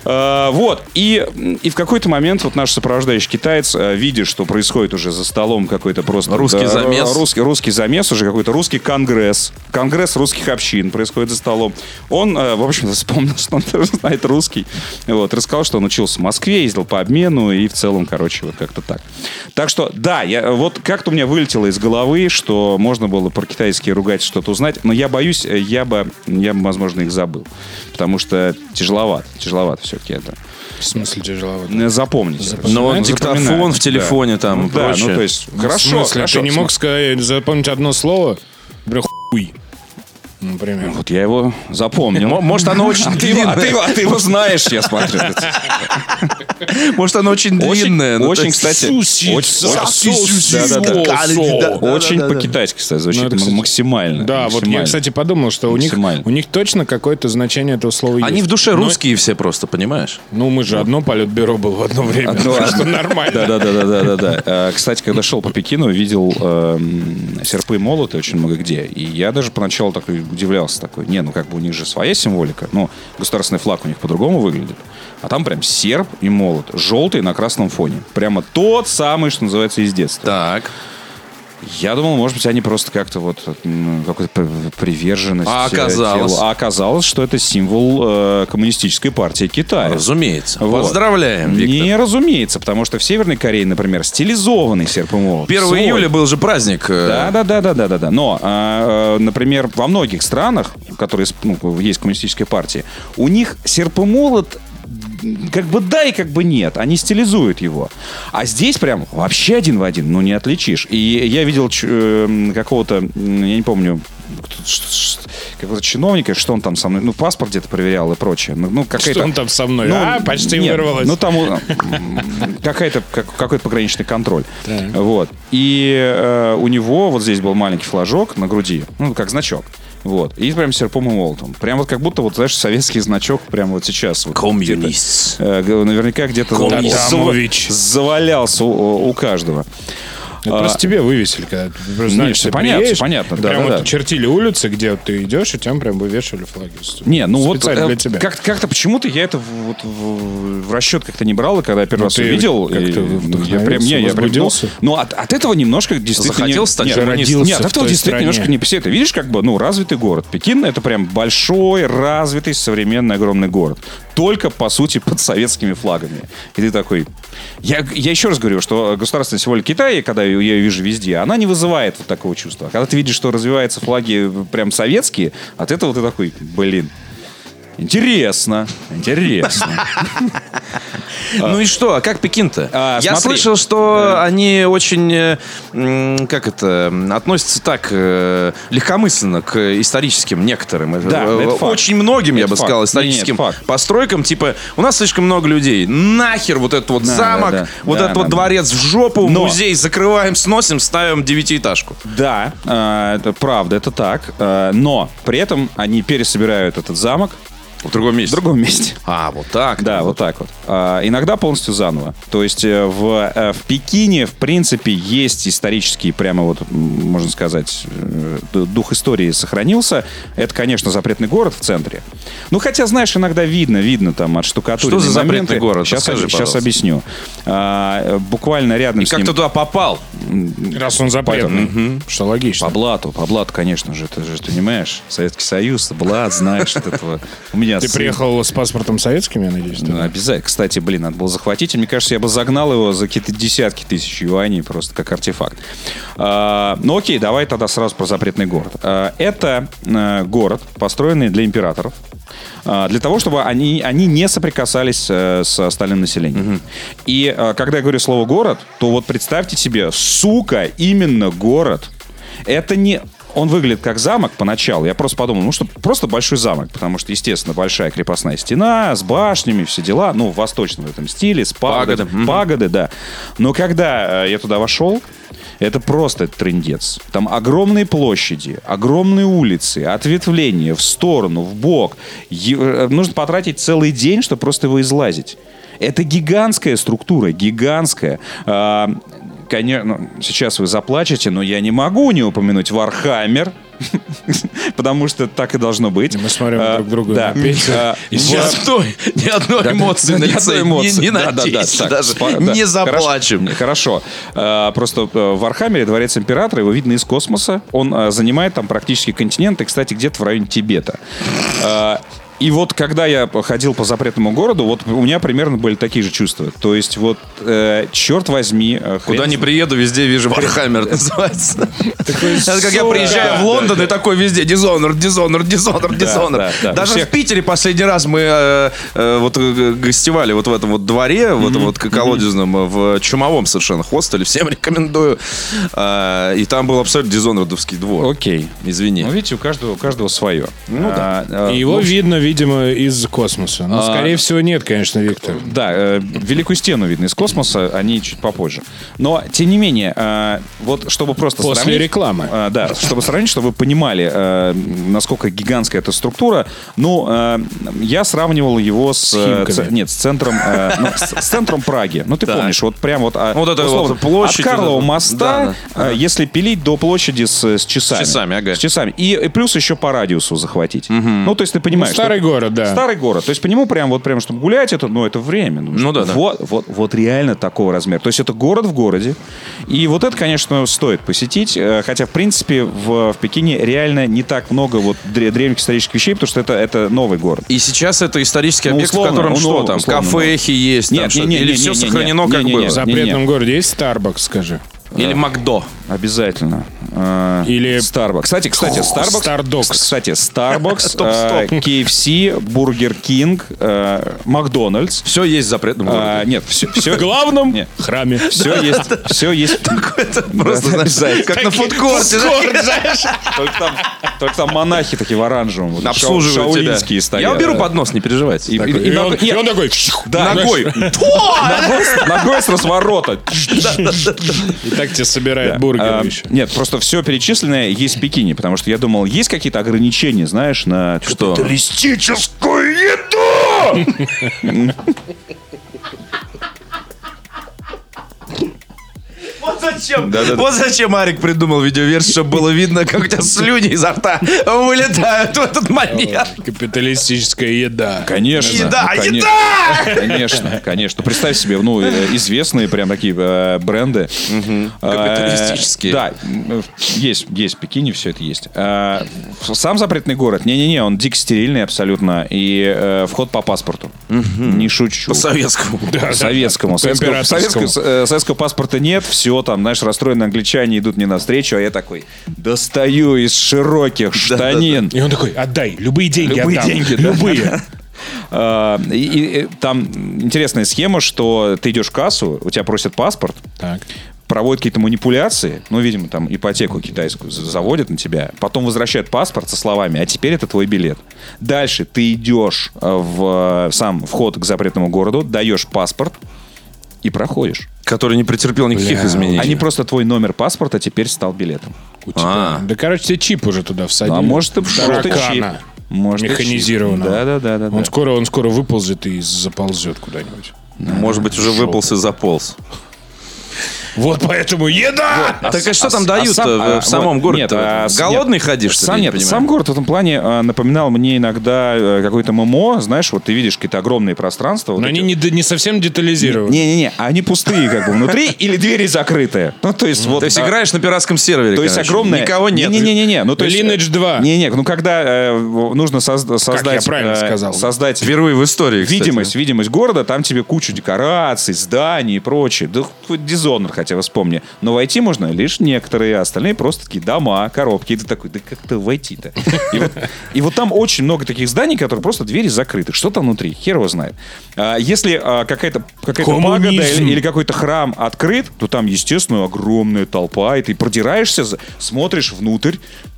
[SPEAKER 1] Э, Вот. И, м, и в какой-то момент вот наш сопровождающий китаец, э, видя, что происходит уже за столом какой-то просто...
[SPEAKER 3] Русский
[SPEAKER 1] да,
[SPEAKER 3] замес.
[SPEAKER 1] Русский, русский замес, уже какой-то русский конгресс. Конгресс русских общин происходит за столом. Он, э, в общем-то, вспомнил, что он тоже знает русский. Вот. Рассказал, что он учился в Москве, ездил по обмену и в целом, короче, вот как-то так. Так что, да, я, э, вот как-то у меня вылетело из головы, что можно было про китайские ругать что-то узнать, но я боюсь, э, я бы, я бы, возможно, их забыл. Потому что тяжеловато, тяжеловато все-таки это.
[SPEAKER 2] В смысле тяжеловато?
[SPEAKER 1] Не Запомнить.
[SPEAKER 3] Но он
[SPEAKER 1] Запоминать.
[SPEAKER 3] диктофон в телефоне
[SPEAKER 1] Да.
[SPEAKER 3] там
[SPEAKER 1] Ну
[SPEAKER 3] и
[SPEAKER 1] да,
[SPEAKER 3] прочее.
[SPEAKER 1] ну то есть, хорошо,
[SPEAKER 2] в смысле,
[SPEAKER 1] хорошо.
[SPEAKER 2] ты не мог сказать, запомнить одно слово? Например, хуй. Например.
[SPEAKER 1] Вот я его запомнил.
[SPEAKER 3] М- Может, оно очень
[SPEAKER 1] ты его- а ты его- а ты его знаешь, я смотрю.
[SPEAKER 3] Может, оно очень
[SPEAKER 1] Очень,
[SPEAKER 3] длинное. ну, то
[SPEAKER 1] очень,
[SPEAKER 3] есть-
[SPEAKER 1] кстати,
[SPEAKER 2] Суси,
[SPEAKER 1] очень,
[SPEAKER 2] са-
[SPEAKER 1] очень-
[SPEAKER 2] суси,
[SPEAKER 1] да-да-да.
[SPEAKER 2] со-
[SPEAKER 1] Да, очень
[SPEAKER 3] да, да,
[SPEAKER 1] по-китайски, кстати, звучит.
[SPEAKER 2] Ну, это, кстати,
[SPEAKER 1] максимально.
[SPEAKER 2] Да, вот я,
[SPEAKER 1] максимально.
[SPEAKER 2] кстати, подумал, что у них,
[SPEAKER 1] Максимально.
[SPEAKER 2] у них точно какое-то значение этого слова есть.
[SPEAKER 3] Они в душе русские все просто, понимаешь?
[SPEAKER 2] Ну, мы же одно полетбюро было в одно время,
[SPEAKER 1] Одно.
[SPEAKER 2] так что нормально.
[SPEAKER 1] Да, да, да, да, да, да, да. Э, а Кстати, когда шел по Пекину, видел эм, серпы и молоты очень много где. И я даже поначалу такой удивлялся такой. Не, ну как бы у них же своя символика, но государственный флаг у них по-другому выглядит. А там прям серп и молот, желтый на красном фоне. Прямо тот самый, что называется, из детства.
[SPEAKER 3] Так.
[SPEAKER 1] Я думал, может быть, они просто как-то вот м, какой-то при- приверженность.
[SPEAKER 3] А
[SPEAKER 1] э, телу.
[SPEAKER 3] оказалось?
[SPEAKER 1] А оказалось, что это символ э, коммунистической партии Китая.
[SPEAKER 3] А, Разумеется.
[SPEAKER 1] Вот.
[SPEAKER 3] Поздравляем, Виктор.
[SPEAKER 1] Не разумеется, потому что в Северной Корее, например, стилизованный серп и молот.
[SPEAKER 3] 1
[SPEAKER 1] Свой.
[SPEAKER 3] июля был же праздник. э,
[SPEAKER 1] Да, да, да, да, да, да, да. Но, а, э, например, во многих странах, которые ну, есть коммунистические партии, у них серп и молот как бы да и как бы нет. Они стилизуют его. А здесь прям вообще один в один, ну не отличишь. И я видел ч- э, какого-то, м, я не помню, кто- ш- ш- какого-то чиновника, что он там со мной, ну паспорт где-то проверял и прочее. Ну, ну, какая-то-
[SPEAKER 2] Что он там со мной?
[SPEAKER 1] ну,
[SPEAKER 2] а, почти
[SPEAKER 1] нет,
[SPEAKER 2] вырвалось.
[SPEAKER 1] Ну, там э, м, какая-то, как- какой-то пограничный контроль. Вот. И э, у него вот здесь был маленький флажок на груди, ну, как значок. Вот. И прям серпом и молотом. Прям вот как будто, вот, знаешь, советский значок прямо вот сейчас. Вот,
[SPEAKER 3] Комьюнистс.
[SPEAKER 1] где-то, э, г- наверняка где-то
[SPEAKER 3] Коммунист.
[SPEAKER 2] Адамович.
[SPEAKER 1] завалялся у, у каждого.
[SPEAKER 2] Это
[SPEAKER 1] а-
[SPEAKER 2] просто тебе вывесили, когда ты просто
[SPEAKER 1] Не,
[SPEAKER 2] знаешь,
[SPEAKER 1] всё
[SPEAKER 2] ты
[SPEAKER 1] понятно,
[SPEAKER 2] приедешь,
[SPEAKER 1] всё понятно, да,
[SPEAKER 2] прям
[SPEAKER 1] да,
[SPEAKER 2] вот
[SPEAKER 1] да.
[SPEAKER 2] чертили улицы, где вот ты идешь, и там прям вывешивали флаги.
[SPEAKER 1] Не, ну вот
[SPEAKER 2] Специально
[SPEAKER 1] э,
[SPEAKER 2] для тебя.
[SPEAKER 1] Как-то, как-то почему-то я это вот в, в расчет как-то не брал, и когда я первый
[SPEAKER 2] Ну,
[SPEAKER 1] раз
[SPEAKER 2] ты
[SPEAKER 1] увидел, и,
[SPEAKER 2] как-то
[SPEAKER 1] ну, я
[SPEAKER 2] вдохновился,
[SPEAKER 1] прям, не, я прям, ну,
[SPEAKER 2] возбудился?
[SPEAKER 1] ну, от, от этого немножко действительно...
[SPEAKER 3] Захотел
[SPEAKER 1] не-
[SPEAKER 3] стать
[SPEAKER 1] нет,
[SPEAKER 2] журналистом?
[SPEAKER 1] Нет, от
[SPEAKER 2] в
[SPEAKER 1] этого
[SPEAKER 2] той
[SPEAKER 1] действительно
[SPEAKER 2] стране.
[SPEAKER 1] немножко не все это. Видишь, как бы, ну, развитый город. Пекин — это прям большой, развитый, современный, огромный город. Только, по сути, под советскими флагами. И ты такой... Я, я еще раз говорю, что государственная символика Китая, когда я ее вижу везде, она не вызывает вот такого чувства. А когда ты видишь, что развиваются флаги прям советские, от этого ты такой, блин, Интересно, интересно.
[SPEAKER 3] Ну и что, а как Пекин-то?
[SPEAKER 1] А,
[SPEAKER 3] Я
[SPEAKER 1] смотри.
[SPEAKER 3] слышал, что они очень, э, м, как это, м, относятся так э, легкомысленно к историческим некоторым. э,
[SPEAKER 1] Да,
[SPEAKER 3] э,
[SPEAKER 1] это факт.
[SPEAKER 3] Очень многим, я
[SPEAKER 1] Это
[SPEAKER 3] бы
[SPEAKER 1] факт.
[SPEAKER 3] сказал,
[SPEAKER 1] Не, не, это
[SPEAKER 3] историческим
[SPEAKER 1] факт.
[SPEAKER 3] постройкам. Типа, у нас слишком много людей. Нахер вот этот вот
[SPEAKER 1] Да,
[SPEAKER 3] замок,
[SPEAKER 1] да, да.
[SPEAKER 3] вот
[SPEAKER 1] Да,
[SPEAKER 3] этот вот
[SPEAKER 1] да, да.
[SPEAKER 3] дворец в жопу,
[SPEAKER 1] Но.
[SPEAKER 3] музей закрываем, сносим, ставим девятиэтажку.
[SPEAKER 1] Да, э, это правда, это так. Э, Но при этом они пересобирают этот замок
[SPEAKER 3] В другом
[SPEAKER 1] в
[SPEAKER 3] месте.
[SPEAKER 1] другом месте.
[SPEAKER 3] А, вот так.
[SPEAKER 1] Да, вот так вот. А, иногда полностью заново. То есть э, в, э, в Пекине, в принципе, есть исторические, прямо вот, м, можно сказать, э, д- дух истории сохранился. Это, конечно, запретный город в центре. Ну, хотя, знаешь, иногда видно, видно там от штукатуры.
[SPEAKER 3] Что за запретный город?
[SPEAKER 1] Сейчас,
[SPEAKER 3] Расскажи,
[SPEAKER 1] сейчас
[SPEAKER 3] пожалуйста.
[SPEAKER 1] объясню. А, э, буквально рядом
[SPEAKER 3] И
[SPEAKER 1] с
[SPEAKER 3] как
[SPEAKER 1] ним...
[SPEAKER 3] ты туда попал?
[SPEAKER 2] Раз он запретный. Что логично.
[SPEAKER 1] По блату, по блату, конечно же, ты же ты понимаешь. Советский Союз, блат, знаешь, вот этого. У меня
[SPEAKER 2] Ты
[SPEAKER 1] сын-
[SPEAKER 2] приехал с паспортом советским, я надеюсь?
[SPEAKER 1] Ну,
[SPEAKER 2] да?
[SPEAKER 1] обязательно. Кстати, блин, надо было захватить. И Мне кажется, я бы загнал его за какие-то десятки тысяч юаней просто как артефакт. А, ну окей, давай тогда сразу про запретный город. А, это э, город, построенный для императоров. а, Для того, чтобы они, они не соприкасались э, с остальным населением. И э, когда я говорю слово город, то вот представьте себе, сука, именно город. Это не... Он выглядит как замок поначалу. Я просто подумал, ну что, просто большой замок. Потому что, естественно, большая крепостная стена с башнями, все дела. Ну, в восточном этом стиле, с пагодой.
[SPEAKER 3] Пагода, мгм.
[SPEAKER 1] Пагоды, да. Но когда э, я туда вошел, это просто трендец. Там огромные площади, огромные улицы, ответвления в сторону, в бок. Е- э, Нужно потратить целый день, чтобы просто его излазить. Это гигантская структура, гигантская. А, Конечно, ну, сейчас вы заплачете, но я не могу не упомянуть Вархаммер, потому что так и должно быть.
[SPEAKER 2] Мы смотрим
[SPEAKER 1] А,
[SPEAKER 2] друг другу
[SPEAKER 1] да.
[SPEAKER 2] на Петю.
[SPEAKER 1] А,
[SPEAKER 2] И
[SPEAKER 1] в-
[SPEAKER 3] Ни одной, ни одной эмоции на
[SPEAKER 1] ни
[SPEAKER 3] лице.
[SPEAKER 1] одной
[SPEAKER 3] Не
[SPEAKER 1] эмоции.
[SPEAKER 3] не
[SPEAKER 1] Да, да, да.
[SPEAKER 3] надейся
[SPEAKER 1] Так,
[SPEAKER 3] даже.
[SPEAKER 1] спа- да.
[SPEAKER 3] Не
[SPEAKER 1] Хорошо.
[SPEAKER 3] заплачем.
[SPEAKER 1] Хорошо. Э, Просто э, в Архамере дворец императора, его видно из космоса. Он э, занимает там практически континент, и, кстати, где-то в районе Тибета. Э, И вот когда я ходил по запретному городу, вот у меня примерно были такие же чувства. То есть вот, э, черт возьми... э, хрен
[SPEAKER 3] Куда не
[SPEAKER 1] знает.
[SPEAKER 3] приеду, везде вижу Вархаммер называется. Это как я
[SPEAKER 1] сука.
[SPEAKER 3] приезжаю в
[SPEAKER 1] Да,
[SPEAKER 3] Лондон и такой везде Дизонор, Дизонор, Дизонор, Дизонор.
[SPEAKER 1] да, да. У
[SPEAKER 3] Даже в
[SPEAKER 1] всех-
[SPEAKER 3] Питере последний раз мы э, э, вот э, гостевали вот в этом вот дворе, вот вот к- колодезном, э, в чумовом совершенно хостеле. Всем рекомендую. А, И там был абсолютно Дизонордовский двор.
[SPEAKER 1] Окей.
[SPEAKER 3] Извини.
[SPEAKER 1] Ну, видите, у каждого, у каждого свое. Ну А, да.
[SPEAKER 2] И его видно, видимо, из космоса. Но, скорее всего, нет, конечно, Виктор.
[SPEAKER 1] Да, э, Великую Стену видно из космоса, они чуть попозже. Но, тем не менее, э, вот чтобы просто
[SPEAKER 2] После
[SPEAKER 1] сравнить-
[SPEAKER 2] рекламы.
[SPEAKER 1] Э, да, чтобы сравнить, чтобы вы понимали, э, насколько гигантская эта структура. Ну, э, я сравнивал его с... э,
[SPEAKER 2] Химками.
[SPEAKER 1] ц- нет, с центром... э, ну, с, с центром Праги. Ну, ты помнишь, вот прям вот... а,
[SPEAKER 3] Вот это вот
[SPEAKER 1] условно,
[SPEAKER 3] площадь,
[SPEAKER 1] От Карлова
[SPEAKER 3] вот это-
[SPEAKER 1] моста,
[SPEAKER 3] да, да.
[SPEAKER 1] э, если пилить до площади с, с часами.
[SPEAKER 3] С часами, ага.
[SPEAKER 1] С часами. И, и плюс еще по радиусу захватить. Ну, то есть ты понимаешь... что-
[SPEAKER 2] Старый город, да.
[SPEAKER 1] Старый город. То есть по нему прям вот прям, чтобы гулять, это, ну, это время.
[SPEAKER 3] Ну да, да.
[SPEAKER 1] Вот, вот, вот реально такого размера. То есть это город в городе. И вот это, конечно, стоит посетить. Э, Хотя, в принципе, в, в Пекине реально не так много вот дре- древних исторических вещей, потому что это, это новый город.
[SPEAKER 3] И сейчас это исторический
[SPEAKER 1] Ну,
[SPEAKER 3] объект, в
[SPEAKER 1] условно,
[SPEAKER 3] котором
[SPEAKER 1] ну,
[SPEAKER 3] что
[SPEAKER 1] условно,
[SPEAKER 3] там?
[SPEAKER 1] условно, ну.
[SPEAKER 3] Кафехи есть, там
[SPEAKER 1] Нет,
[SPEAKER 3] что-то?
[SPEAKER 1] не, не,
[SPEAKER 3] или
[SPEAKER 1] не,
[SPEAKER 3] все
[SPEAKER 1] не, не,
[SPEAKER 3] сохранено,
[SPEAKER 1] не,
[SPEAKER 3] как
[SPEAKER 1] не, э, не,
[SPEAKER 2] В
[SPEAKER 3] было?
[SPEAKER 2] запретном городе есть Starbucks, скажи?
[SPEAKER 3] Или Макдо.
[SPEAKER 1] Обязательно. Э,
[SPEAKER 2] Или-
[SPEAKER 1] Starbucks. Кстати, кстати, Starbucks.
[SPEAKER 2] Stardogs.
[SPEAKER 1] Кстати, Starbucks, э, KFC, Burger King, э, Макдональдс.
[SPEAKER 3] Все есть в запретном городе.
[SPEAKER 1] Э, Нет, все, все,
[SPEAKER 2] главном
[SPEAKER 1] Нет.
[SPEAKER 2] храме.
[SPEAKER 1] все есть, все есть.
[SPEAKER 3] Просто, знаешь,
[SPEAKER 1] обязательно.
[SPEAKER 3] как на фудкорте. да?
[SPEAKER 1] Только там, только там монахи такие в оранжевом. вот,
[SPEAKER 3] Обслуживают
[SPEAKER 1] шау-
[SPEAKER 3] тебя.
[SPEAKER 1] шаулинские стоят.
[SPEAKER 3] Я уберу поднос, не переживайте.
[SPEAKER 1] И, и- и
[SPEAKER 2] И он,
[SPEAKER 1] ногой-
[SPEAKER 2] и он
[SPEAKER 1] нет,
[SPEAKER 2] такой...
[SPEAKER 1] да, ногой. Ногой с- Ногой с разворота.
[SPEAKER 2] И так тебе собирает
[SPEAKER 1] А,
[SPEAKER 2] бургер еще.
[SPEAKER 1] Нет, просто все перечисленное есть в Пекине, потому что я думал, есть какие-то ограничения, знаешь, на что? Капиталистическую еду!
[SPEAKER 4] Вот зачем?
[SPEAKER 3] Вот зачем Арик придумал видеоверсию, чтобы было видно, как у тебя слюни изо рта вылетают в этот момент.
[SPEAKER 2] Капиталистическая еда.
[SPEAKER 1] Конечно.
[SPEAKER 4] Еда,
[SPEAKER 3] а
[SPEAKER 1] ну, коне- Конечно, конечно. Представь себе, ну, э, известные прям такие э, бренды. Э,
[SPEAKER 3] Капиталистические.
[SPEAKER 1] Да, м, э, есть, есть в Пекине, все это есть. Э, Сам запретный город, не-не-не, он дико стерильный абсолютно, и э, вход по паспорту. Не шучу.
[SPEAKER 3] По-советскому.
[SPEAKER 1] По советскому.
[SPEAKER 2] По
[SPEAKER 1] Советского,
[SPEAKER 2] императорскому.
[SPEAKER 1] советского- э, советского паспорта нет, все там, знаешь, расстроенные англичане идут мне навстречу, а я такой достаю из широких штанин.
[SPEAKER 2] И он такой, отдай, любые деньги
[SPEAKER 1] Любые
[SPEAKER 2] отдам.
[SPEAKER 1] деньги, да.
[SPEAKER 2] Любые.
[SPEAKER 1] А, и- и- и Там интересная схема, что ты идешь в кассу, у тебя просят паспорт,
[SPEAKER 2] Так.
[SPEAKER 1] проводят какие-то манипуляции, ну, видимо, там ипотеку китайскую за- заводят на тебя, потом возвращают паспорт со словами, а теперь это твой билет. Дальше ты идешь э, в э, сам вход к запретному городу, даешь паспорт и проходишь.
[SPEAKER 3] Который не претерпел никаких
[SPEAKER 2] Бля,
[SPEAKER 3] изменений.
[SPEAKER 1] Они просто твой номер паспорта теперь стал билетом.
[SPEAKER 2] У тебя.
[SPEAKER 3] А.
[SPEAKER 2] Да, короче, тебе чип уже туда всадили.
[SPEAKER 1] А может, и в шорты
[SPEAKER 2] Таракана.
[SPEAKER 1] чип. Может, и чип.
[SPEAKER 2] Механизированного.
[SPEAKER 1] Да-да-да-да-да.
[SPEAKER 2] Он скоро, он скоро выползет и заползет куда-нибудь.
[SPEAKER 3] Может быть, уже выполз и заполз.
[SPEAKER 2] Вот поэтому еда!
[SPEAKER 3] так а что там
[SPEAKER 1] с-
[SPEAKER 3] дают-то
[SPEAKER 1] сам-
[SPEAKER 3] в-
[SPEAKER 1] а,
[SPEAKER 3] в самом
[SPEAKER 1] вот,
[SPEAKER 3] городе-то?
[SPEAKER 1] нет, а, с-
[SPEAKER 3] Голодный
[SPEAKER 1] нет.
[SPEAKER 3] ходишь, что ли,
[SPEAKER 1] Сам,
[SPEAKER 3] я не
[SPEAKER 1] нет,
[SPEAKER 3] понимаю?
[SPEAKER 1] сам город в этом плане а, напоминал мне иногда э, какое-то ММО. Знаешь, вот ты видишь какие-то огромные пространства. вот
[SPEAKER 2] Но
[SPEAKER 1] эти
[SPEAKER 2] они не, д- не совсем детализированы.
[SPEAKER 1] Не-не-не, они пустые как бы внутри или двери закрытые. Ну, то есть вот...
[SPEAKER 3] То есть
[SPEAKER 1] а,
[SPEAKER 3] играешь на пиратском сервере,
[SPEAKER 1] То есть
[SPEAKER 3] короче.
[SPEAKER 1] огромное...
[SPEAKER 3] Никого нет.
[SPEAKER 1] Не-не-не-не. Ну, то есть...
[SPEAKER 2] Lineage 2.
[SPEAKER 1] Не-не, ну когда э, в- нужно созда- создать... э,
[SPEAKER 2] я правильно сказал?
[SPEAKER 1] Создать
[SPEAKER 3] Впервые в истории, кстати.
[SPEAKER 1] видимость, видимость города, там тебе кучу декораций, зданий и прочее. Да хоть Dishonored хотя бы вспомни. Но войти можно лишь некоторые, а остальные просто такие дома, коробки. И ты такой, да как-то войти-то? И вот, и вот там очень много таких зданий, которые просто двери закрыты. Что там внутри? Хер его знает. А Если а, какая-то какая пагода
[SPEAKER 2] Коммунизм.
[SPEAKER 1] или, или какой-то храм открыт, то там, естественно, огромная толпа, и ты продираешься, за- смотришь внутрь,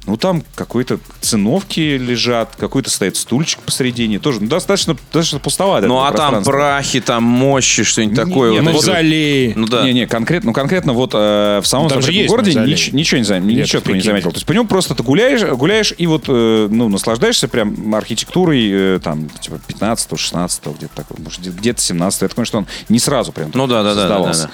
[SPEAKER 1] ну там какой-то циновки лежат, какой-то стоит стульчик посередине, тоже ну, достаточно, достаточно пустовато.
[SPEAKER 3] Ну
[SPEAKER 1] это
[SPEAKER 3] а там
[SPEAKER 1] пространство.
[SPEAKER 3] прахи, там мощи, что-нибудь такое.
[SPEAKER 1] нет,
[SPEAKER 3] вот
[SPEAKER 1] вот-
[SPEAKER 3] это вот.
[SPEAKER 2] Мавзолей.
[SPEAKER 3] Ну да.
[SPEAKER 1] Не-не, конкретно, ну, конкретно вот э, в самом
[SPEAKER 2] Там же
[SPEAKER 1] Сочи
[SPEAKER 2] есть
[SPEAKER 1] городе
[SPEAKER 2] мавзолей.
[SPEAKER 1] нич- ничего не, за- ничего такого не
[SPEAKER 2] прикинь.
[SPEAKER 1] заметил. То есть по нему просто ты гуляешь, гуляешь и вот, э, ну, наслаждаешься прям архитектурой, э, там, типа, 15 16 где-то так, может, где- где-то 17 Я так понимаю, что он не сразу прям
[SPEAKER 3] Ну да, да, да, да,
[SPEAKER 1] создавался.
[SPEAKER 3] да, да.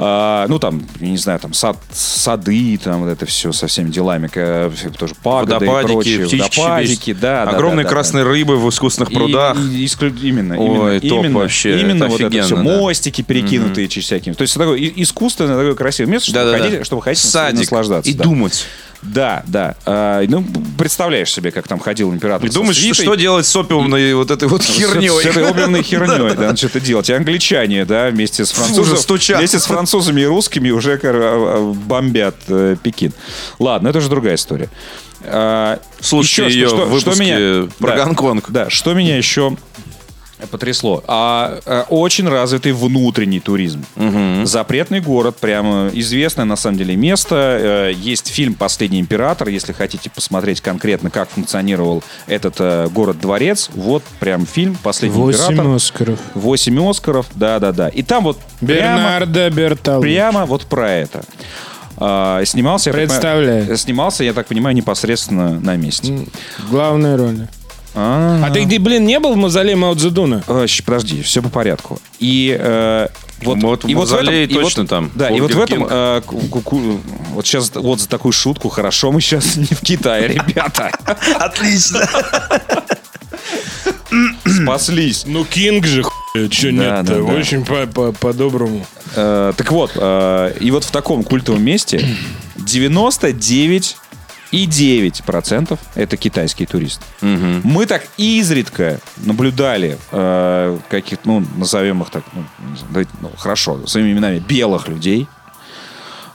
[SPEAKER 1] А, ну, там, я не знаю, там сад, сады, там вот это все со всеми делами, ка- все тоже пагоды и
[SPEAKER 3] Водопадики,
[SPEAKER 1] прочее,
[SPEAKER 3] птички
[SPEAKER 1] водопадики, да, да,
[SPEAKER 3] Огромные
[SPEAKER 1] да, да,
[SPEAKER 3] красные рыбы в искусственных
[SPEAKER 1] и-
[SPEAKER 3] прудах.
[SPEAKER 1] и- и исклю- именно,
[SPEAKER 3] Ой,
[SPEAKER 1] именно,
[SPEAKER 3] топ
[SPEAKER 1] именно,
[SPEAKER 3] вообще,
[SPEAKER 1] именно
[SPEAKER 3] это
[SPEAKER 1] вот это все
[SPEAKER 3] офигенно, да.
[SPEAKER 1] мостики перекинутые через всякие. То есть это такое и- искусственное, такое красивое место, чтобы
[SPEAKER 3] Да-да-да.
[SPEAKER 1] ходить, чтобы ходить и
[SPEAKER 3] Садик.
[SPEAKER 1] наслаждаться.
[SPEAKER 3] И
[SPEAKER 1] да.
[SPEAKER 3] думать.
[SPEAKER 1] Да, да. А, ну представляешь себе, как там ходил император.
[SPEAKER 3] И думать, что, что делать с опиумной вот этой вот
[SPEAKER 1] Херней. С,
[SPEAKER 3] херней.
[SPEAKER 1] этой огненной херней, да, что-то делать. И англичане, да, вместе с французами,
[SPEAKER 3] уже стучат.
[SPEAKER 1] вместе с французами и русскими уже кор- а, а, бомбят э, Пекин. Ладно, это уже другая история. А,
[SPEAKER 3] Слушайте
[SPEAKER 1] ещё
[SPEAKER 3] ее
[SPEAKER 1] что-
[SPEAKER 3] в
[SPEAKER 1] что
[SPEAKER 3] выпуске
[SPEAKER 1] меня-
[SPEAKER 3] про
[SPEAKER 1] да.
[SPEAKER 3] Гонконг.
[SPEAKER 1] Да, что меня еще потрясло? А, э, очень развитый внутренний туризм. Запретный город, прямо известное на самом деле место. Э, Есть фильм «Последний император», если хотите посмотреть конкретно, как функционировал этот э, город-дворец. Вот прям фильм «Последний император».
[SPEAKER 2] Оскаров.
[SPEAKER 1] Восемь Оскаров, да-да-да. И там вот прямо,
[SPEAKER 2] Бернардо Бертал.
[SPEAKER 1] прямо вот про это. А, Снимался, я так понимаю-
[SPEAKER 2] Представляю.
[SPEAKER 1] снимался, я так понимаю, непосредственно на месте.
[SPEAKER 2] Главная роль.
[SPEAKER 1] А.
[SPEAKER 2] А ты, где, блин, не был в мавзолее Мао Цзэдуна?
[SPEAKER 1] Э, щ- подожди, все по порядку. И э, вот,
[SPEAKER 3] Вот
[SPEAKER 1] и вот в этом,
[SPEAKER 3] мавзолей
[SPEAKER 1] и вот-
[SPEAKER 3] точно там.
[SPEAKER 1] Да, и вот в
[SPEAKER 3] Бургер
[SPEAKER 1] этом э, ку- ку- ку- вот сейчас вот за такую шутку хорошо мы сейчас не в Китае, ребята,
[SPEAKER 3] Отлично.
[SPEAKER 1] спаслись.
[SPEAKER 2] Ну, Кинг же, что
[SPEAKER 1] Да, да,
[SPEAKER 2] нет-то?
[SPEAKER 1] да.
[SPEAKER 2] Очень по- по- по-доброму.
[SPEAKER 1] Э, так вот, э, и вот в таком культовом месте 99 и 9% это китайские туристы. Мы так изредка наблюдали э, каких, ну, назовем их так, ну, не знаю, давайте, ну, хорошо, своими именами белых людей.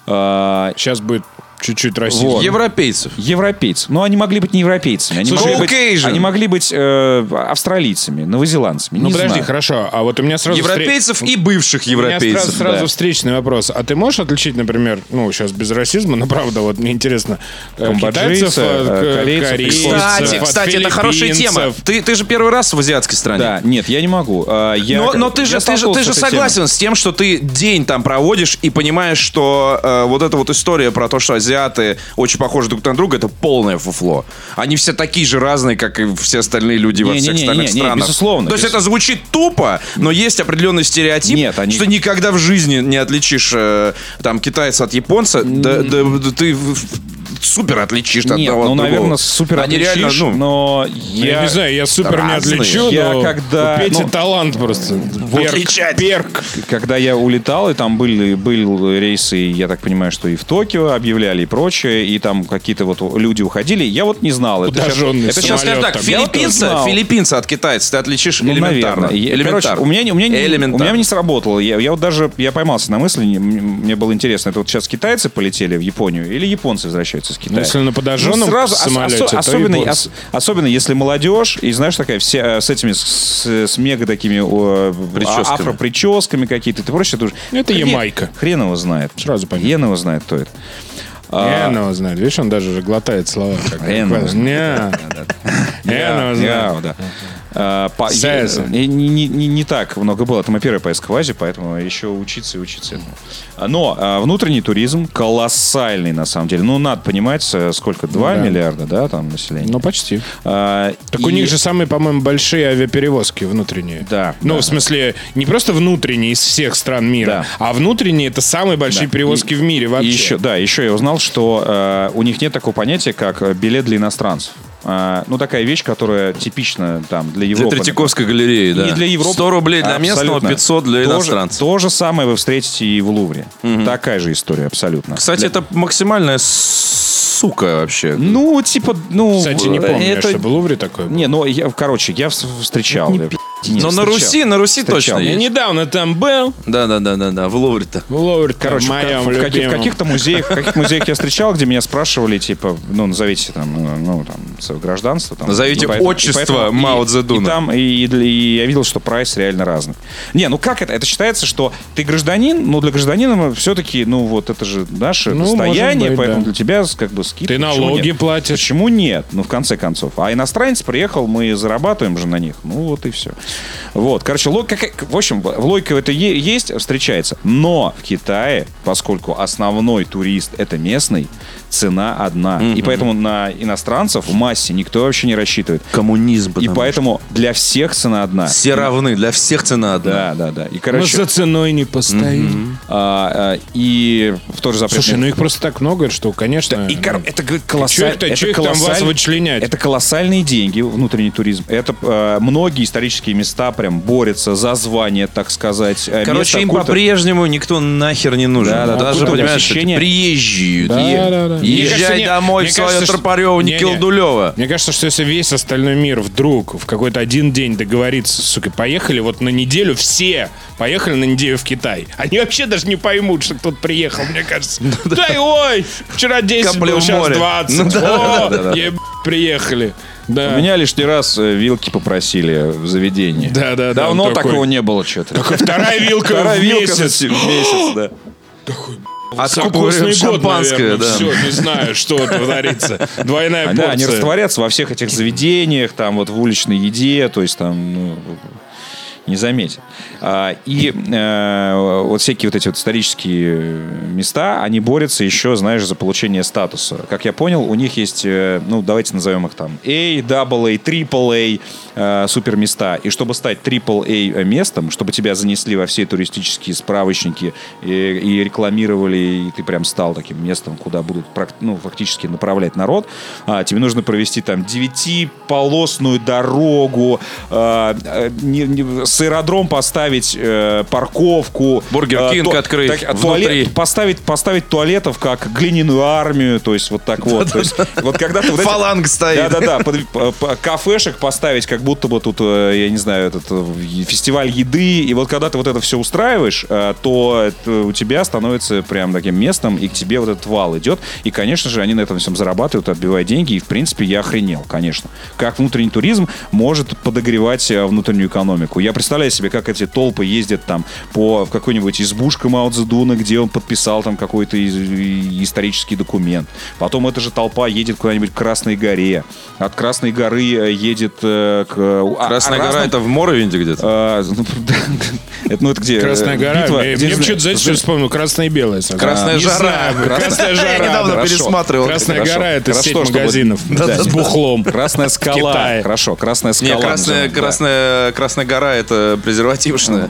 [SPEAKER 1] Э,
[SPEAKER 2] Сейчас будет чуть-чуть расизм.
[SPEAKER 1] Вот.
[SPEAKER 3] Европейцев.
[SPEAKER 1] Европейцы. Но Ну, они могли быть не европейцами. Они
[SPEAKER 3] Слушай,
[SPEAKER 1] могли быть,
[SPEAKER 3] Caucasian.
[SPEAKER 1] они могли быть э, австралийцами, новозеландцами.
[SPEAKER 2] Ну,
[SPEAKER 1] не
[SPEAKER 2] подожди,
[SPEAKER 1] знаю.
[SPEAKER 2] хорошо. А вот у меня сразу... встре-
[SPEAKER 3] Европейцев и бывших
[SPEAKER 2] У меня сразу,
[SPEAKER 3] европейцев.
[SPEAKER 2] сразу
[SPEAKER 3] да.
[SPEAKER 2] встречный вопрос. А ты можешь отличить, например, ну, сейчас без расизма, но правда, вот мне интересно, э,
[SPEAKER 1] Камбоджийца,
[SPEAKER 2] китайцев, э,
[SPEAKER 1] э,
[SPEAKER 2] к-
[SPEAKER 1] корейцев,
[SPEAKER 2] корейцев,
[SPEAKER 3] Кстати,
[SPEAKER 2] от
[SPEAKER 3] кстати, это хорошая тема.
[SPEAKER 2] филиппинцев. Ну,
[SPEAKER 3] Ты, ты же первый раз в азиатской стране.
[SPEAKER 1] Да, нет, я не могу. А, я-
[SPEAKER 3] но, но ты
[SPEAKER 1] я
[SPEAKER 3] же, ты же,
[SPEAKER 1] столкнулся
[SPEAKER 3] ты
[SPEAKER 1] с
[SPEAKER 3] же
[SPEAKER 1] этой
[SPEAKER 3] согласен с тем, что ты день там проводишь и понимаешь, что э, вот эта вот история про то, что азиаты очень похожи друг на друга, это полное фуфло. Они все такие же разные, как и все остальные люди во
[SPEAKER 1] Не,
[SPEAKER 3] всех
[SPEAKER 1] не, не,
[SPEAKER 3] остальных
[SPEAKER 1] не, не,
[SPEAKER 3] странах.
[SPEAKER 1] безусловно,
[SPEAKER 3] То есть
[SPEAKER 1] безусловно.
[SPEAKER 3] это звучит тупо, но есть определенный стереотип,
[SPEAKER 1] Нет, они-
[SPEAKER 3] что никогда в жизни не отличишь э, там китайца от японца. Да, да, да ты в- в-
[SPEAKER 4] супер отличишь от
[SPEAKER 1] Нет,
[SPEAKER 4] того
[SPEAKER 1] ну,
[SPEAKER 4] от другого.
[SPEAKER 1] наверное, супер
[SPEAKER 4] Они
[SPEAKER 1] отличишь,
[SPEAKER 4] реально, ну,
[SPEAKER 1] но
[SPEAKER 2] Я,
[SPEAKER 1] я...
[SPEAKER 2] не знаю, я супер
[SPEAKER 4] разные.
[SPEAKER 2] не отличу,
[SPEAKER 1] Я
[SPEAKER 2] но
[SPEAKER 1] когда-
[SPEAKER 2] у Пети
[SPEAKER 1] ну,
[SPEAKER 2] талант просто. Перк,
[SPEAKER 4] отличать.
[SPEAKER 2] перк.
[SPEAKER 1] Когда я улетал, и там были, были рейсы, и я так понимаю, что и в Токио объявляли и прочее, и там какие-то вот люди уходили, я вот не знал. Это
[SPEAKER 2] Куда
[SPEAKER 1] щас-
[SPEAKER 2] же он
[SPEAKER 1] это
[SPEAKER 2] из
[SPEAKER 1] щас-
[SPEAKER 3] Сейчас скажем так,
[SPEAKER 2] Самолет
[SPEAKER 1] там. Я
[SPEAKER 3] филиппинца,
[SPEAKER 1] вот
[SPEAKER 3] филиппинца от китайца ты отличишь
[SPEAKER 1] Ну,
[SPEAKER 3] элементарно.
[SPEAKER 1] наверное. Я-
[SPEAKER 3] Элементарно.
[SPEAKER 1] Короче, у меня, не- у, меня, не- у
[SPEAKER 3] Элементарно.
[SPEAKER 1] меня не сработало. Я, я вот даже я поймался на мысли, не- мне, мне было интересно, это вот сейчас китайцы полетели в Японию или японцы возвращаются с Китая?
[SPEAKER 2] Ну, если на подожженном
[SPEAKER 1] сразу, ос-
[SPEAKER 2] самолете,
[SPEAKER 1] осо-
[SPEAKER 2] то
[SPEAKER 1] особенно,
[SPEAKER 2] японцы.
[SPEAKER 1] ос- особенно если молодежь, и знаешь, такая все, э, с этими, с, с мега такими о,
[SPEAKER 3] Прическами.
[SPEAKER 1] афро-прическами какие-то, ты проще думаешь...
[SPEAKER 2] Ну, Это
[SPEAKER 1] «Хрен-
[SPEAKER 2] Ямайка».
[SPEAKER 1] Хрен его знает.
[SPEAKER 2] Сразу понятно.
[SPEAKER 1] Хрен его знает, кто это. А,
[SPEAKER 2] Я его знаю. Видишь, он даже глотает слова. как
[SPEAKER 1] Хрен его
[SPEAKER 2] аккуратно. Не. Хрен его знает.
[SPEAKER 1] Я, да. А, по-
[SPEAKER 2] Сэзэ.
[SPEAKER 1] не, не- не- не так много было. Это моя первая поездка в Азию, поэтому еще учиться и учиться этому. А, Но а, внутренний туризм колоссальный, на самом деле. Ну, надо понимать, э, сколько? 2
[SPEAKER 2] Да.
[SPEAKER 1] миллиарда, да, там население.
[SPEAKER 2] Ну, почти.
[SPEAKER 1] А,
[SPEAKER 2] Так
[SPEAKER 1] и-
[SPEAKER 2] у них же самые, по-моему, большие авиаперевозки внутренние.
[SPEAKER 1] Да,
[SPEAKER 2] Ну,
[SPEAKER 1] да.
[SPEAKER 2] в смысле, не просто внутренние из всех стран мира, а внутренние это самые большие перевозки в мире вообще.
[SPEAKER 1] И еще, да, еще я узнал, что э, у них нет такого понятия, как э, билет для иностранцев. А, ну, такая вещь, которая типична там для
[SPEAKER 3] Для
[SPEAKER 1] Европы.
[SPEAKER 3] Третьяковской галереи, да.
[SPEAKER 1] И для Европы.
[SPEAKER 3] 100 рублей для местного,
[SPEAKER 1] Абсолютно.
[SPEAKER 3] 500 для
[SPEAKER 1] То же-
[SPEAKER 3] иностранцев.
[SPEAKER 1] То же самое вы встретите и в Лувре. Такая же история, абсолютно.
[SPEAKER 3] Кстати, это максимальная сука вообще.
[SPEAKER 1] Ну, типа, ну...
[SPEAKER 2] Кстати, не
[SPEAKER 1] э,
[SPEAKER 2] помню, я, Ну,
[SPEAKER 1] это-
[SPEAKER 2] чтобы Лувре такое было.
[SPEAKER 1] Не, ну, я, короче, я вс- встречал. я, не,
[SPEAKER 3] Но на
[SPEAKER 1] встречал.
[SPEAKER 3] Руси, на Руси
[SPEAKER 1] Встречал.
[SPEAKER 3] точно
[SPEAKER 2] Я
[SPEAKER 3] есть.
[SPEAKER 2] недавно там был.
[SPEAKER 3] Да, да, да, да, да. В Лувре-то.
[SPEAKER 2] В Лувре,
[SPEAKER 1] Короче, в,
[SPEAKER 2] моем
[SPEAKER 1] ка- в каких,
[SPEAKER 2] любимом.
[SPEAKER 1] то музеях, в каких музеях я встречал, где меня спрашивали, типа, ну, назовите там, э, ну, там, свое гражданство. Там,
[SPEAKER 3] Назовите
[SPEAKER 1] И поэтому-
[SPEAKER 3] отчество
[SPEAKER 1] и поэтому- и-
[SPEAKER 3] Мао Цзэдуна.
[SPEAKER 1] И там, и, и для- и я видел, что прайс реально разный. Не, ну как это? Это считается, что ты гражданин, но для гражданина все-таки, ну, вот это же наше
[SPEAKER 2] Ну,
[SPEAKER 1] достояние,
[SPEAKER 2] может быть,
[SPEAKER 1] поэтому
[SPEAKER 2] да.
[SPEAKER 1] для тебя как бы скидка.
[SPEAKER 2] Ты
[SPEAKER 1] Почему
[SPEAKER 2] налоги
[SPEAKER 1] нет?
[SPEAKER 2] платишь.
[SPEAKER 1] Почему нет? Ну, в конце концов. А иностранец приехал, мы зарабатываем же на них. Ну, вот и все. Вот. Короче, логика... как- В общем, в- логика это е- есть, встречается. Но в Китае, поскольку основной турист — это местный, цена одна. И поэтому на иностранцев в массе никто вообще не рассчитывает.
[SPEAKER 3] Коммунизм,
[SPEAKER 1] И
[SPEAKER 3] потому что.
[SPEAKER 1] поэтому для всех цена одна.
[SPEAKER 3] Все равны, для всех цена одна.
[SPEAKER 1] Да, да, да. И,
[SPEAKER 2] Но
[SPEAKER 1] короче,
[SPEAKER 2] за ценой не постоим.
[SPEAKER 1] а, а, и в тоже запрет.
[SPEAKER 2] Слушай, ну их просто так много, что, конечно...
[SPEAKER 1] И, кор-
[SPEAKER 2] ну,
[SPEAKER 1] это г- колоссаль-
[SPEAKER 2] чё их-то-
[SPEAKER 1] это
[SPEAKER 2] чё их там
[SPEAKER 1] колоссаль-
[SPEAKER 2] вас вычленять?
[SPEAKER 1] Это колоссальные деньги, внутренний туризм. Это э, многие исторические места прям борются за звание, так сказать. э, место
[SPEAKER 3] Короче, им
[SPEAKER 1] культа.
[SPEAKER 3] по-прежнему никто нахер не нужен.
[SPEAKER 1] Да, да, да.
[SPEAKER 3] Даже,
[SPEAKER 1] Культура
[SPEAKER 3] понимаешь, это
[SPEAKER 1] посещения.
[SPEAKER 3] приезжие.
[SPEAKER 2] Да,
[SPEAKER 3] Е-
[SPEAKER 2] да, да. Мне
[SPEAKER 3] Езжай
[SPEAKER 2] кажется, не-
[SPEAKER 3] домой
[SPEAKER 2] мне
[SPEAKER 3] в свое
[SPEAKER 2] кажется, что-
[SPEAKER 3] Тропарева
[SPEAKER 2] Не-не.
[SPEAKER 3] Никелдулева.
[SPEAKER 2] Мне кажется, что если весь остальной мир вдруг в какой-то один день договорится, сука, поехали вот на неделю все, поехали на неделю в Китай. Они вообще даже не поймут, что кто-то приехал, мне кажется. Да и ой, вчера 10
[SPEAKER 3] Капли
[SPEAKER 2] было,
[SPEAKER 3] в
[SPEAKER 2] сейчас
[SPEAKER 3] море.
[SPEAKER 2] 20.
[SPEAKER 3] Ну да, да, да, да,
[SPEAKER 2] О,
[SPEAKER 3] да.
[SPEAKER 2] еб- приехали.
[SPEAKER 1] У
[SPEAKER 2] Да.
[SPEAKER 1] меня лишний раз э, вилки попросили в заведении.
[SPEAKER 2] Да, да, да,
[SPEAKER 1] Давно
[SPEAKER 2] он такой.
[SPEAKER 1] такого не было что-то.
[SPEAKER 2] Вторая вилка
[SPEAKER 1] Вторая
[SPEAKER 2] в
[SPEAKER 1] вилка за
[SPEAKER 2] месяц.
[SPEAKER 1] се- в месяц, да.
[SPEAKER 3] А Откупорим шампанское, да.
[SPEAKER 2] Все, не знаю, что творится. Двойная
[SPEAKER 1] А,
[SPEAKER 2] порция.
[SPEAKER 1] Да, они растворятся во всех этих заведениях, там вот в уличной еде, то есть там ну, не заметят. А, и э, вот всякие вот эти вот исторические места, они борются еще, знаешь, за получение статуса. Как я понял, у них есть, э, ну, давайте назовем их там A, AA, AAA э, супер места. И чтобы стать AAA местом, чтобы тебя занесли во все туристические справочники и, и рекламировали, и ты прям стал таким местом, куда будут прак- ну, фактически направлять народ, а, тебе нужно провести там девятиполосную дорогу, а, а, не- не- с аэродром поставить э, парковку.
[SPEAKER 3] Бургер
[SPEAKER 1] а,
[SPEAKER 3] Кинг открыть
[SPEAKER 1] туалет-
[SPEAKER 3] внутри.
[SPEAKER 1] поставить, поставить туалетов как глиняную армию, то есть вот так вот. То есть Вот когда ты вот эти-
[SPEAKER 4] Фаланг стоит.
[SPEAKER 1] да-да-да, под- по- по- кафешек поставить, как будто бы тут, э, я не знаю, этот э, е- фестиваль еды. И вот когда ты вот это все устраиваешь, э, то это у тебя становится прям таким местом, и к тебе вот этот вал идет. И, конечно же, они на этом всем зарабатывают, отбивая деньги. И, в принципе, я охренел, конечно. Как внутренний туризм может подогревать э, внутреннюю экономику. Я представляю себе, как эти толпы ездят там по какой-нибудь избушке Мао Цзэдуна, где он подписал там какой-то из- и- исторический документ. Потом эта же толпа едет куда-нибудь к Красной горе. От Красной горы э, едет э, к... э, у- а-
[SPEAKER 3] Красная
[SPEAKER 1] а
[SPEAKER 3] гора
[SPEAKER 1] разным-
[SPEAKER 3] это в Моровинде
[SPEAKER 1] Э,
[SPEAKER 3] где-то.
[SPEAKER 1] ну, да, это, ну, это где? э,
[SPEAKER 2] Красная гора.
[SPEAKER 1] битва,
[SPEAKER 2] Мне
[SPEAKER 1] где,
[SPEAKER 2] мне
[SPEAKER 1] знаешь,
[SPEAKER 2] почему-то, знаешь, что вспомнил? Красное и белое. сразу.
[SPEAKER 3] Красная
[SPEAKER 2] Не
[SPEAKER 3] жара.
[SPEAKER 2] знаю,
[SPEAKER 3] Красная-
[SPEAKER 2] Красная жара.
[SPEAKER 4] Я недавно
[SPEAKER 2] да.
[SPEAKER 4] пересматривал.
[SPEAKER 2] Красная
[SPEAKER 1] Хорошо.
[SPEAKER 2] гора — это
[SPEAKER 1] Хорошо,
[SPEAKER 2] сеть
[SPEAKER 1] чтобы-
[SPEAKER 2] магазинов
[SPEAKER 1] Да,
[SPEAKER 2] с
[SPEAKER 1] да, да.
[SPEAKER 2] бухлом.
[SPEAKER 1] Красная скала.
[SPEAKER 2] Китае.
[SPEAKER 1] Хорошо, Красная
[SPEAKER 3] Не,
[SPEAKER 1] скала.
[SPEAKER 3] красная,
[SPEAKER 1] назовем, да.
[SPEAKER 3] красная, красная гора это презерватившная.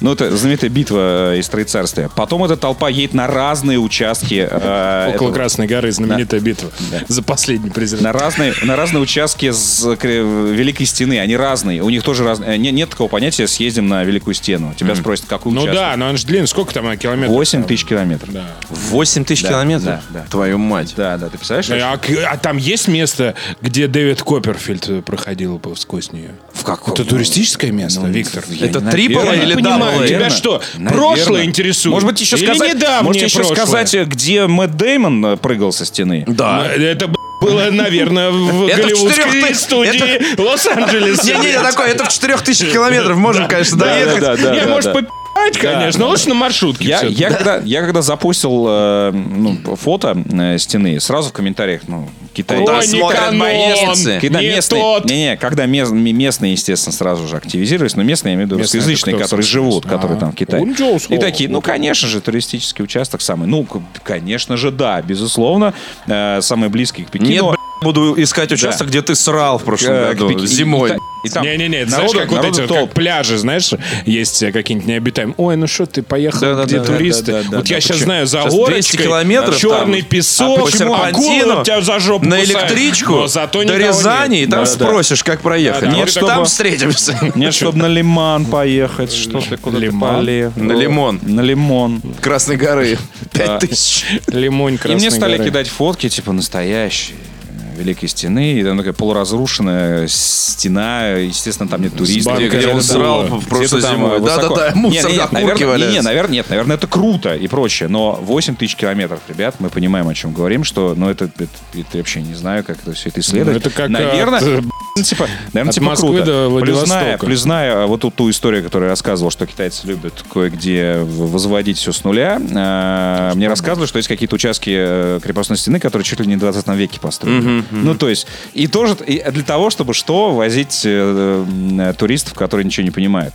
[SPEAKER 1] Ну, это знаменитая битва э, из Троицарствия. Потом эта толпа едет на разные участки. э,
[SPEAKER 2] Около
[SPEAKER 1] этого-
[SPEAKER 2] Красной горы знаменитая битва за последний
[SPEAKER 1] на
[SPEAKER 2] президент.
[SPEAKER 1] разные, на разные участки с кре- Великой Стены. Они разные. У них тоже разные. Нет, нет такого понятия «съездим на Великую Стену». Тебя спросят, какой
[SPEAKER 2] Ну
[SPEAKER 1] участок.
[SPEAKER 2] да, но он же длинный. Сколько там она, километров?
[SPEAKER 1] 8 тысяч километров.
[SPEAKER 2] Да.
[SPEAKER 3] 8 тысяч
[SPEAKER 1] Да,
[SPEAKER 3] километров?
[SPEAKER 1] да, да.
[SPEAKER 3] Твою мать.
[SPEAKER 1] Да, да, ты представляешь?
[SPEAKER 2] Э, А, к- а там есть место, где Дэвид Копперфильд э, проходил по- сквозь нее?
[SPEAKER 3] В каком?
[SPEAKER 2] Это туристическое место, Виктор. Я
[SPEAKER 3] Это
[SPEAKER 2] не-
[SPEAKER 3] триповое
[SPEAKER 2] я
[SPEAKER 3] или
[SPEAKER 2] не понимаю,
[SPEAKER 3] даблое?
[SPEAKER 2] тебя
[SPEAKER 1] Наверное.
[SPEAKER 2] что,
[SPEAKER 1] Наверное.
[SPEAKER 2] прошлое интересует?
[SPEAKER 1] Может быть, еще
[SPEAKER 2] Или
[SPEAKER 1] сказать,
[SPEAKER 2] недавнее
[SPEAKER 1] может, еще
[SPEAKER 2] прошлое?
[SPEAKER 1] сказать, э, где Мэтт Деймон э, прыгал со стены.
[SPEAKER 2] Ну,
[SPEAKER 3] Да.
[SPEAKER 2] Это б- было, наверное, в
[SPEAKER 3] Это в четырёх
[SPEAKER 2] голливудской
[SPEAKER 3] тысяч-
[SPEAKER 2] студии Лос-Анджелеса.
[SPEAKER 3] Не-не, я такой, это в 4000 километров, можно, конечно, доехать.
[SPEAKER 1] да, да,
[SPEAKER 2] Не,
[SPEAKER 1] да,
[SPEAKER 2] может,
[SPEAKER 1] да.
[SPEAKER 2] попи***ть, конечно, но лучше на маршрутке.
[SPEAKER 1] Я,
[SPEAKER 2] всё-таки.
[SPEAKER 1] я, когда, я когда запустил э, ну, фото э, стены, сразу в комментариях, ну, Китай.
[SPEAKER 3] Куда
[SPEAKER 2] Ой, не
[SPEAKER 3] смотрят
[SPEAKER 2] канон,
[SPEAKER 3] боец?
[SPEAKER 1] Когда
[SPEAKER 2] не
[SPEAKER 1] местные,
[SPEAKER 2] тот.
[SPEAKER 1] не, не, когда мес- ми- местные, естественно, сразу же активизировались, но местные, я имею в виду,
[SPEAKER 2] Местные это
[SPEAKER 1] русскоязычные,
[SPEAKER 2] кто,
[SPEAKER 1] которые
[SPEAKER 2] собственно?
[SPEAKER 1] живут, которые
[SPEAKER 2] А.
[SPEAKER 1] там в Китае.
[SPEAKER 2] Он делал
[SPEAKER 1] И
[SPEAKER 2] слово.
[SPEAKER 1] такие, ну, конечно же, туристический участок самый. Ну, к- конечно же, да, безусловно, э, самый близкий к Пекину.
[SPEAKER 3] Нет, б***, буду искать участок, где ты срал в прошлом
[SPEAKER 1] Э, к
[SPEAKER 3] году,
[SPEAKER 1] Пеки-
[SPEAKER 3] зимой.
[SPEAKER 1] и та- и там
[SPEAKER 2] Не-не-не, это знаешь,
[SPEAKER 1] народу-
[SPEAKER 2] как вот
[SPEAKER 1] народу
[SPEAKER 2] эти вот,
[SPEAKER 1] толп.
[SPEAKER 2] как пляжи, знаешь, есть э, какие-нибудь необитаемые. Ой, ну что ты поехал,
[SPEAKER 3] Да-да-да,
[SPEAKER 2] где
[SPEAKER 3] да-да-да,
[SPEAKER 2] туристы?
[SPEAKER 3] да-да,
[SPEAKER 2] вот я
[SPEAKER 3] да,
[SPEAKER 2] сейчас
[SPEAKER 3] почему?
[SPEAKER 2] знаю, за
[SPEAKER 3] Щас 200
[SPEAKER 2] горочкой,
[SPEAKER 3] километров
[SPEAKER 2] черный
[SPEAKER 3] там.
[SPEAKER 2] песок,
[SPEAKER 3] А по серпантину,
[SPEAKER 2] акула тебя за жопу
[SPEAKER 3] На
[SPEAKER 2] кусает.
[SPEAKER 3] электричку
[SPEAKER 2] Но зато
[SPEAKER 3] до
[SPEAKER 2] никого
[SPEAKER 3] Рязани, и
[SPEAKER 2] нет.
[SPEAKER 3] там
[SPEAKER 2] Да-да.
[SPEAKER 3] спросишь, как проехать.
[SPEAKER 2] Да-да.
[SPEAKER 3] Нет,
[SPEAKER 2] Вот
[SPEAKER 3] что
[SPEAKER 2] там
[SPEAKER 3] там встретимся.
[SPEAKER 1] Нет, чтобы на лиман поехать, что ты куда-то
[SPEAKER 2] Лиман?
[SPEAKER 1] полез.
[SPEAKER 3] На лимон.
[SPEAKER 1] На лимон.
[SPEAKER 3] Красной горы. Пять тысяч.
[SPEAKER 2] Лимонь
[SPEAKER 1] И
[SPEAKER 2] Красной
[SPEAKER 1] мне стали
[SPEAKER 2] горы.
[SPEAKER 1] кидать фотки, типа, настоящие э, Великой Стены. И там такая полуразрушенная стена. Естественно, там нет туристов.
[SPEAKER 2] банкой
[SPEAKER 1] Где-то
[SPEAKER 2] где он
[SPEAKER 1] там-
[SPEAKER 3] срал
[SPEAKER 1] где-то
[SPEAKER 3] просто
[SPEAKER 1] там
[SPEAKER 3] зимой.
[SPEAKER 1] высоко.
[SPEAKER 3] Да-да-да,
[SPEAKER 1] Не,
[SPEAKER 3] мусор,
[SPEAKER 1] не, не,
[SPEAKER 3] окурки
[SPEAKER 1] наверное, не, не,
[SPEAKER 3] валяются.
[SPEAKER 1] наверное, нет, наверное, это круто и прочее. Но 8 тысяч километров, ребят, мы понимаем, о чем говорим, что, ну, это, это, это я вообще не знаю, как это все это
[SPEAKER 2] Ну,
[SPEAKER 1] исследовать.
[SPEAKER 2] это как
[SPEAKER 1] наверное,
[SPEAKER 2] от, э,
[SPEAKER 1] ну, типа, наверное,
[SPEAKER 2] От
[SPEAKER 1] типа
[SPEAKER 2] Москвы
[SPEAKER 1] круто.
[SPEAKER 2] до
[SPEAKER 1] плюс, зная,
[SPEAKER 2] Владивостока.
[SPEAKER 1] плюс зная а вот ту, ту историю, которую я рассказывал, что китайцы любят кое-где в- возводить все с нуля, э, мне рассказывали, что есть какие-то участки э, крепостной стены, которые чуть ли не в 20 веке построены. Ну, то есть, и тоже и для того, чтобы что, возить э, м, э, туристов, которые ничего не понимают.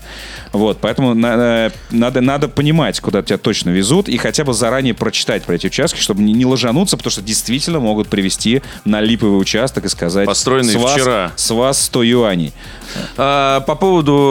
[SPEAKER 1] Вот, поэтому на- э, надо, надо понимать, куда тебя точно везут, и хотя бы заранее прочитать про эти участки, чтобы не, не ложануться, потому что действительно могут привести на липовый участок и сказать...
[SPEAKER 3] Построенный
[SPEAKER 1] «С вас-
[SPEAKER 3] вчера».
[SPEAKER 1] с вас 100 юаней.
[SPEAKER 3] А, По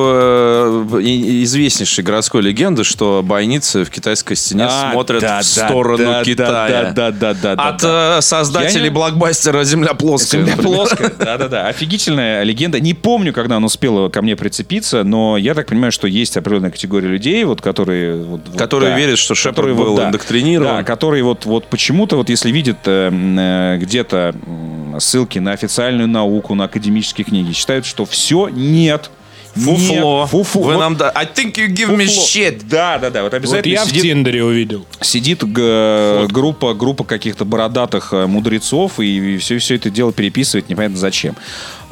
[SPEAKER 3] поводу э, и- известнейшей городской легенды, что бойницы в китайской стене
[SPEAKER 1] А,
[SPEAKER 3] смотрят
[SPEAKER 1] да,
[SPEAKER 3] в
[SPEAKER 1] да,
[SPEAKER 3] сторону
[SPEAKER 1] да,
[SPEAKER 3] Китая.
[SPEAKER 1] да, да, да, да, да,
[SPEAKER 3] От
[SPEAKER 1] да.
[SPEAKER 3] э, создателей
[SPEAKER 1] Я не-
[SPEAKER 3] блокбастера «Земля плоская».
[SPEAKER 1] Земля плоская. Да-да-да. Офигительная легенда. Не помню, когда она успела ко мне прицепиться, но я так понимаю, что есть определенная категория людей, вот которые... вот- вот,
[SPEAKER 3] Которые
[SPEAKER 1] да.
[SPEAKER 3] верят, что Шепард
[SPEAKER 1] Которые вот,
[SPEAKER 3] был
[SPEAKER 1] да.
[SPEAKER 3] индоктринирован.
[SPEAKER 1] Да, которые вот, вот почему-то, вот если видят э, м, э, где-то м, ссылки на официальную науку, на академические книги, считают, что все нет.
[SPEAKER 3] Фуфло.
[SPEAKER 1] Нет, фуфло.
[SPEAKER 3] Вы
[SPEAKER 1] Вот
[SPEAKER 3] нам да. I think you give me
[SPEAKER 1] фуфло. Э,
[SPEAKER 3] shit.
[SPEAKER 1] Да, да, да. Вот
[SPEAKER 2] Вот
[SPEAKER 1] обязательно
[SPEAKER 2] я в
[SPEAKER 1] сидит
[SPEAKER 2] Тиндере увидел.
[SPEAKER 1] сидит г- группа, группа каких-то бородатых э, мудрецов и, все, все это дело переписывает, непонятно зачем.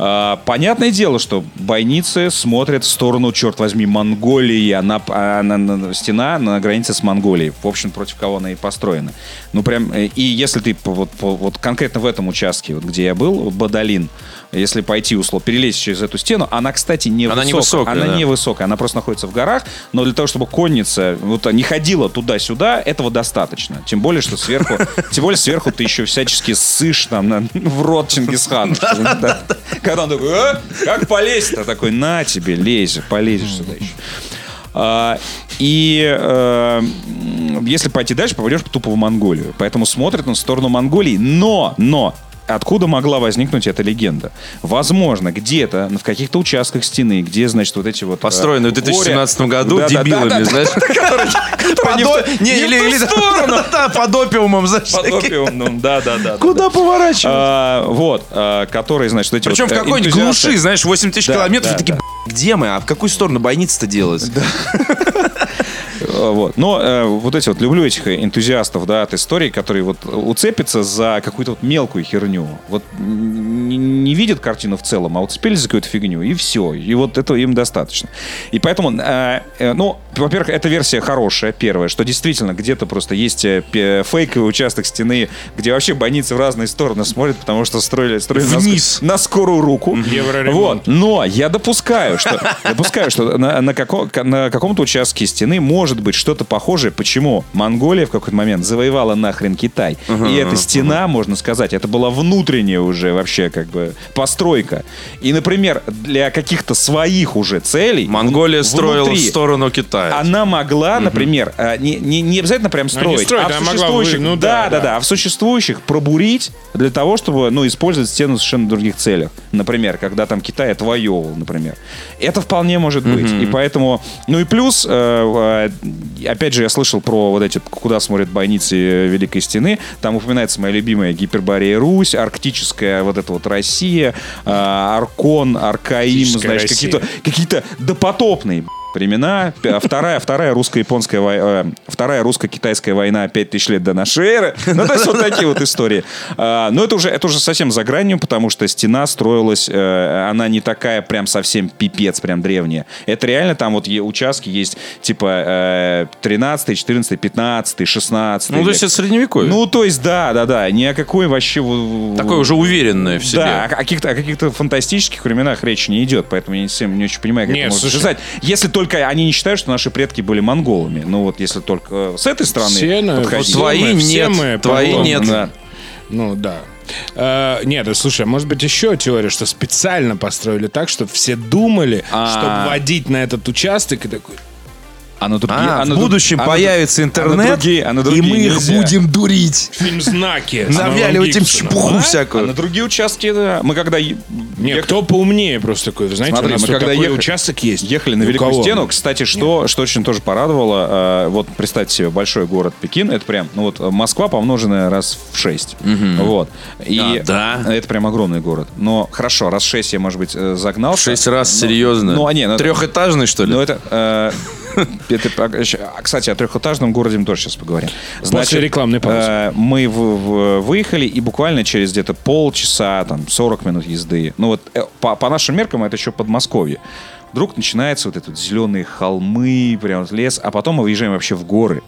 [SPEAKER 1] А, понятное дело, что бойницы смотрят в сторону, черт возьми, Монголии. Она, она- она- стена на границе с Монголией. В общем, против кого она и построена. Ну, прям, э, и если ты по- вот, по- вот конкретно в этом участке, вот, где я был, Бадалин, если пойти, условно, перелезть через эту стену, она, кстати, не
[SPEAKER 3] Она не
[SPEAKER 1] высокая.
[SPEAKER 3] высокая,
[SPEAKER 1] Она
[SPEAKER 3] да.
[SPEAKER 1] не высокая, она просто находится в горах, но для того, чтобы конница вот не ходила туда-сюда, этого достаточно. Тем более, что сверху, тем более сверху ты еще всячески сышь там на- в рот Чингисхана. Да. Когда он такой, «А? как полезть-то? Такой, на тебе, лезь, полезешь сюда еще. А, И э, м, если пойти дальше, попадешь тупо в Монголию. Поэтому смотрят он в сторону Монголии. Но, но, Откуда могла возникнуть эта легенда? Возможно, где-то, в каких-то участках стены, где, значит, вот эти вот... э,
[SPEAKER 3] Построенную в 2017 году
[SPEAKER 1] Да-да-да-да-да.
[SPEAKER 3] дебилами, знаешь. Под
[SPEAKER 1] не в
[SPEAKER 3] о-
[SPEAKER 1] ту-
[SPEAKER 3] не,
[SPEAKER 1] не в
[SPEAKER 3] или-
[SPEAKER 1] ту
[SPEAKER 3] или- Да, Под опиумом, знаешь.
[SPEAKER 1] Под опиумным, да-да-да.
[SPEAKER 3] Куда поворачивать?
[SPEAKER 1] А, вот, а, которые, значит, эти
[SPEAKER 3] Причем
[SPEAKER 1] вот,
[SPEAKER 3] в
[SPEAKER 1] э,
[SPEAKER 3] какой-нибудь
[SPEAKER 1] энтузиасты.
[SPEAKER 3] глуши, знаешь, 8 тысяч
[SPEAKER 1] Да,
[SPEAKER 3] километров.
[SPEAKER 1] да,
[SPEAKER 3] такие, «Б***ь, где мы? А в какую сторону бойница-то делать?
[SPEAKER 1] Э, Вот. Но э, вот эти вот, люблю этих энтузиастов, да, от истории, которые вот уцепятся за какую-то вот мелкую херню. Вот н- не, видят картину в целом, а уцепились за какую-то фигню, и все. И вот этого им достаточно. И поэтому, э, э, ну, во-первых, эта версия хорошая, первая, что действительно где-то просто есть э, пе- фейковый участок стены, где вообще больницы в разные стороны смотрят, потому что строили, строили на ск-
[SPEAKER 3] Вниз.
[SPEAKER 1] на, скорую руку. Вот.
[SPEAKER 2] Евроремонт.
[SPEAKER 1] Но я допускаю, что допускаю, что на, на како- ка- на каком-то участке стены может быть что-то похожее. Почему? Монголия в какой-то момент завоевала нахрен Китай. и эта стена, можно сказать, это была внутренняя уже вообще как бы постройка. И, например, для каких-то своих уже целей
[SPEAKER 3] Монголия строила в
[SPEAKER 1] внутри- А
[SPEAKER 3] сторону хватает.
[SPEAKER 1] Она могла, например, э, не, не, не обязательно прям строить,
[SPEAKER 2] Ну, строить,
[SPEAKER 1] а в
[SPEAKER 2] она могла
[SPEAKER 1] существующих,
[SPEAKER 2] вы- ну
[SPEAKER 1] да, да,
[SPEAKER 2] да,
[SPEAKER 1] да,
[SPEAKER 2] да.
[SPEAKER 1] а в существующих пробурить для того, чтобы, ну, использовать стену в совершенно других целях. Например, когда там Китай отвоевывал, например. Это вполне может быть. И поэтому, ну и плюс, э, э, опять же, я слышал про вот эти, куда смотрят бойницы Великой Стены. Там упоминается моя любимая Гиперборея Русь, арктическая вот эта вот Россия, э, Аркон, Аркаим,
[SPEAKER 2] Арктическая
[SPEAKER 1] значит,
[SPEAKER 2] Россия.
[SPEAKER 1] какие-то какие-то допотопные б***ь, времена. П- а Вторая, вторая русско-японская вой- э, вторая русско-китайская война 5000 лет до нашей эры. Ну, то есть вот такие вот истории. А, Но это уже, это уже совсем за гранью, потому что стена строилась, э, она не такая прям совсем пипец, прям древняя. Это реально там вот е- участки есть типа э, 13, 14, 15, 16.
[SPEAKER 3] Ну, то есть
[SPEAKER 1] век.
[SPEAKER 3] это средневековье.
[SPEAKER 1] Ну, то есть, да, да, да. Ни о какой вообще... в- в-
[SPEAKER 3] Такое уже уверенное в себе.
[SPEAKER 1] да, о каких-то, о каких-то фантастических временах речи не идет, поэтому я не совсем не очень понимаю, как
[SPEAKER 2] Нет,
[SPEAKER 1] это можно
[SPEAKER 2] слушай.
[SPEAKER 1] сказать. Если только они не считают, что наши предки были монголами. Ну вот если только э, с этой стороны
[SPEAKER 2] Все, наверное,
[SPEAKER 1] подходить.
[SPEAKER 2] вот
[SPEAKER 3] твои
[SPEAKER 2] мы, все
[SPEAKER 3] нет,
[SPEAKER 2] мы
[SPEAKER 3] твои
[SPEAKER 2] по-моему,
[SPEAKER 3] нет.
[SPEAKER 1] Да.
[SPEAKER 2] Ну да. Э, Нет, а слушай, а может быть еще теория, что специально построили так, чтобы все думали, чтобы водить на этот участок и такой.
[SPEAKER 1] А на другие-
[SPEAKER 3] А,
[SPEAKER 1] а на
[SPEAKER 3] в
[SPEAKER 1] друг-
[SPEAKER 3] будущем
[SPEAKER 1] а на друг-
[SPEAKER 3] появится интернет,
[SPEAKER 1] а на другие- а на
[SPEAKER 3] и
[SPEAKER 1] другие
[SPEAKER 3] мы их
[SPEAKER 1] нельзя.
[SPEAKER 3] будем дурить.
[SPEAKER 2] Фильм знаки. с Мэлом
[SPEAKER 3] Завяливать им
[SPEAKER 2] Гибсоном».
[SPEAKER 3] чепуху
[SPEAKER 2] А?
[SPEAKER 1] А
[SPEAKER 3] всякую.
[SPEAKER 1] на другие участки, да. Мы когда е-
[SPEAKER 2] Не,
[SPEAKER 1] ехали-
[SPEAKER 2] кто поумнее просто такой, вы знаете,
[SPEAKER 1] Смотри,
[SPEAKER 2] у нас
[SPEAKER 1] мы
[SPEAKER 2] тут
[SPEAKER 1] когда
[SPEAKER 2] такой
[SPEAKER 1] ехали-
[SPEAKER 2] участок есть.
[SPEAKER 1] Ехали на
[SPEAKER 2] И у
[SPEAKER 1] Великую
[SPEAKER 2] кого?
[SPEAKER 1] Стену. Кстати, что, что очень тоже порадовало, э, вот представьте себе большой город Пекин, это прям, ну вот э, Москва помноженная раз в 6. Вот. И
[SPEAKER 3] А,
[SPEAKER 1] это прям огромный город. Но хорошо, раз в 6 я, может быть, э, загнал.
[SPEAKER 3] Шесть раз, серьезно.
[SPEAKER 1] ну, а не, ну, это-
[SPEAKER 3] Трехэтажный, что ли?
[SPEAKER 1] Но это... э, это, а, щ- а, Кстати, о трехэтажном городе мы тоже сейчас поговорим.
[SPEAKER 2] рекламной паузы.
[SPEAKER 1] э, Мы в- в- выехали, и буквально через где-то полчаса, там, 40 минут езды, ну вот э, по, по нашим меркам это еще Подмосковье, вдруг начинается вот этот зеленые холмы, прям вот лес, а потом мы выезжаем вообще в горы.